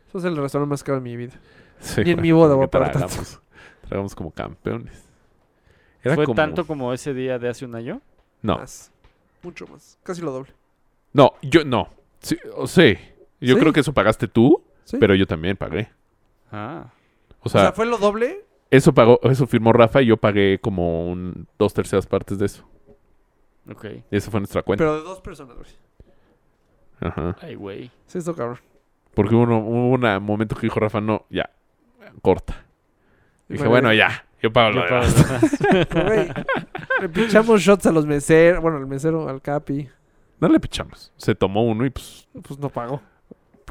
S3: Ese es el restaurante más caro de mi vida.
S2: Sí,
S3: Ni en
S2: güey,
S3: mi boda voy a
S2: porque
S3: pagar tanto.
S2: tragamos, tragamos como campeones. Era
S1: ¿Fue
S2: como-
S1: tanto como ese día de hace un año?
S2: No,
S3: Más. Mucho más. Casi lo doble.
S2: no, yo no. Sí, o sí. Yo
S3: Sí.
S2: creo que eso pagaste tú,
S3: Sí.
S2: pero yo también pagué.
S1: Ah.
S2: O
S3: o sea,
S2: sea,
S3: fue lo doble.
S2: eso pagó, eso firmó Rafa y yo pagué como un- dos terceras partes de eso.
S1: Ok.
S2: Y esa fue nuestra cuenta.
S3: Pero de dos personas, güey.
S2: Ajá.
S1: Ay, güey.
S3: Sí, esto cabrón.
S2: Porque hubo uno- hubo una- un momento que dijo Rafa, no, ya, corta.
S3: Y
S2: dije,
S3: fue,
S2: bueno,
S3: güey,
S2: ya, yo pago
S1: Yo
S2: lo
S1: pago
S2: demás.
S1: lo demás.
S3: pero, güey, Le pinchamos shots a los meseros. Bueno, al mesero, al capi.
S2: No le pichamos. Se tomó uno y pues
S3: Pues no pagó.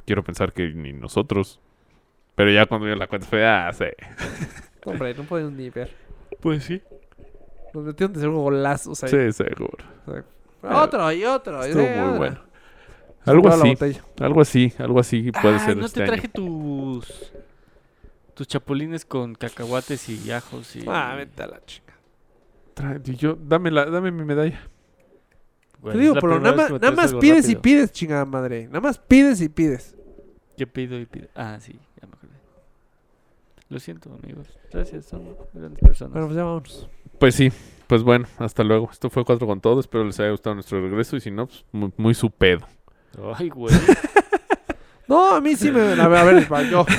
S2: quiero pensar que ni nosotros. Pero ya cuando vio la cuenta fue, ah, sí.
S3: No, Hombre, no podíamos ni ver.
S1: Pues sí.
S3: Nos metieron de ser golazos ahí.
S2: Sí, seguro.
S3: Otro y otro. y
S2: Estuvo
S3: de
S2: muy
S3: otra.
S2: bueno.
S3: Se
S2: Algo
S3: acaba la
S2: así,
S3: botella.
S2: algo así, algo así puede
S1: ah,
S2: ser
S1: no
S2: este
S1: te
S2: año.
S1: traje tus... Tus chapulines con cacahuates y ajos y...
S3: Ah, vete a la chinga.
S2: Tra- y yo, dame, la, dame mi medalla.
S1: Güey,
S3: Te
S1: es
S3: digo,
S1: la
S3: pero
S1: primera
S3: nada
S1: vez
S3: más,
S1: que me
S3: nada
S1: traes
S3: más
S1: algo
S3: pides y
S1: rápido.
S3: pides, chingada madre. Nada más pides y pides.
S1: Yo pido y pido. Ah, sí, ya me acordé. Lo siento, amigos. Gracias, son grandes personas.
S3: Bueno, pues ya vámonos.
S2: Pues sí, pues bueno, hasta luego. Esto fue Cuatro con Todo. Espero les haya gustado nuestro regreso y si no, pues muy, muy su pedo.
S1: Ay, güey.
S3: No, a mí sí me. A ver, a ver, va, yo.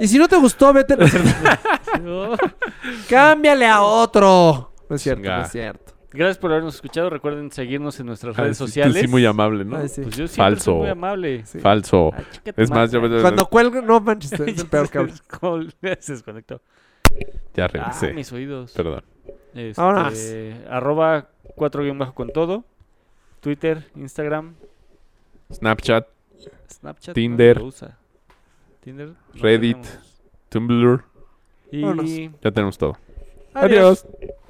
S3: Y si no te gustó, vete.
S1: No.
S3: Cámbiale a otro. No es cierto,
S2: Chinga.
S3: no es cierto.
S1: Gracias por habernos escuchado. Recuerden seguirnos en nuestras
S2: Ay,
S1: redes
S2: Ah, sí, tú
S1: sociales.
S2: Sí, muy amable, ¿no?
S3: Ay, sí.
S1: Pues yo siempre
S2: Falso.
S1: soy muy amable.
S3: Sí.
S2: Falso.
S1: Ay, chica tu
S2: Es más, yo
S1: madre.
S3: Cuando cuelga, no manches, es el peor
S1: Ya
S3: cabrón.
S1: se descol- Se desconectó.
S2: ya
S1: Ah,
S2: regresé.
S1: mis oídos.
S2: Perdón.
S1: Este,
S2: Ah,
S3: Ahora.
S1: Arroba 4 guión bajo con todo. Twitter, Instagram,
S2: Snapchat,
S1: Snapchat. no
S2: Tinder.
S1: se usa. Tinder. no
S2: Reddit.
S1: tenemos.
S2: Tumblr,
S1: Y...
S3: Vámonos.
S2: ya tenemos todo.
S3: Adiós.
S2: Adiós.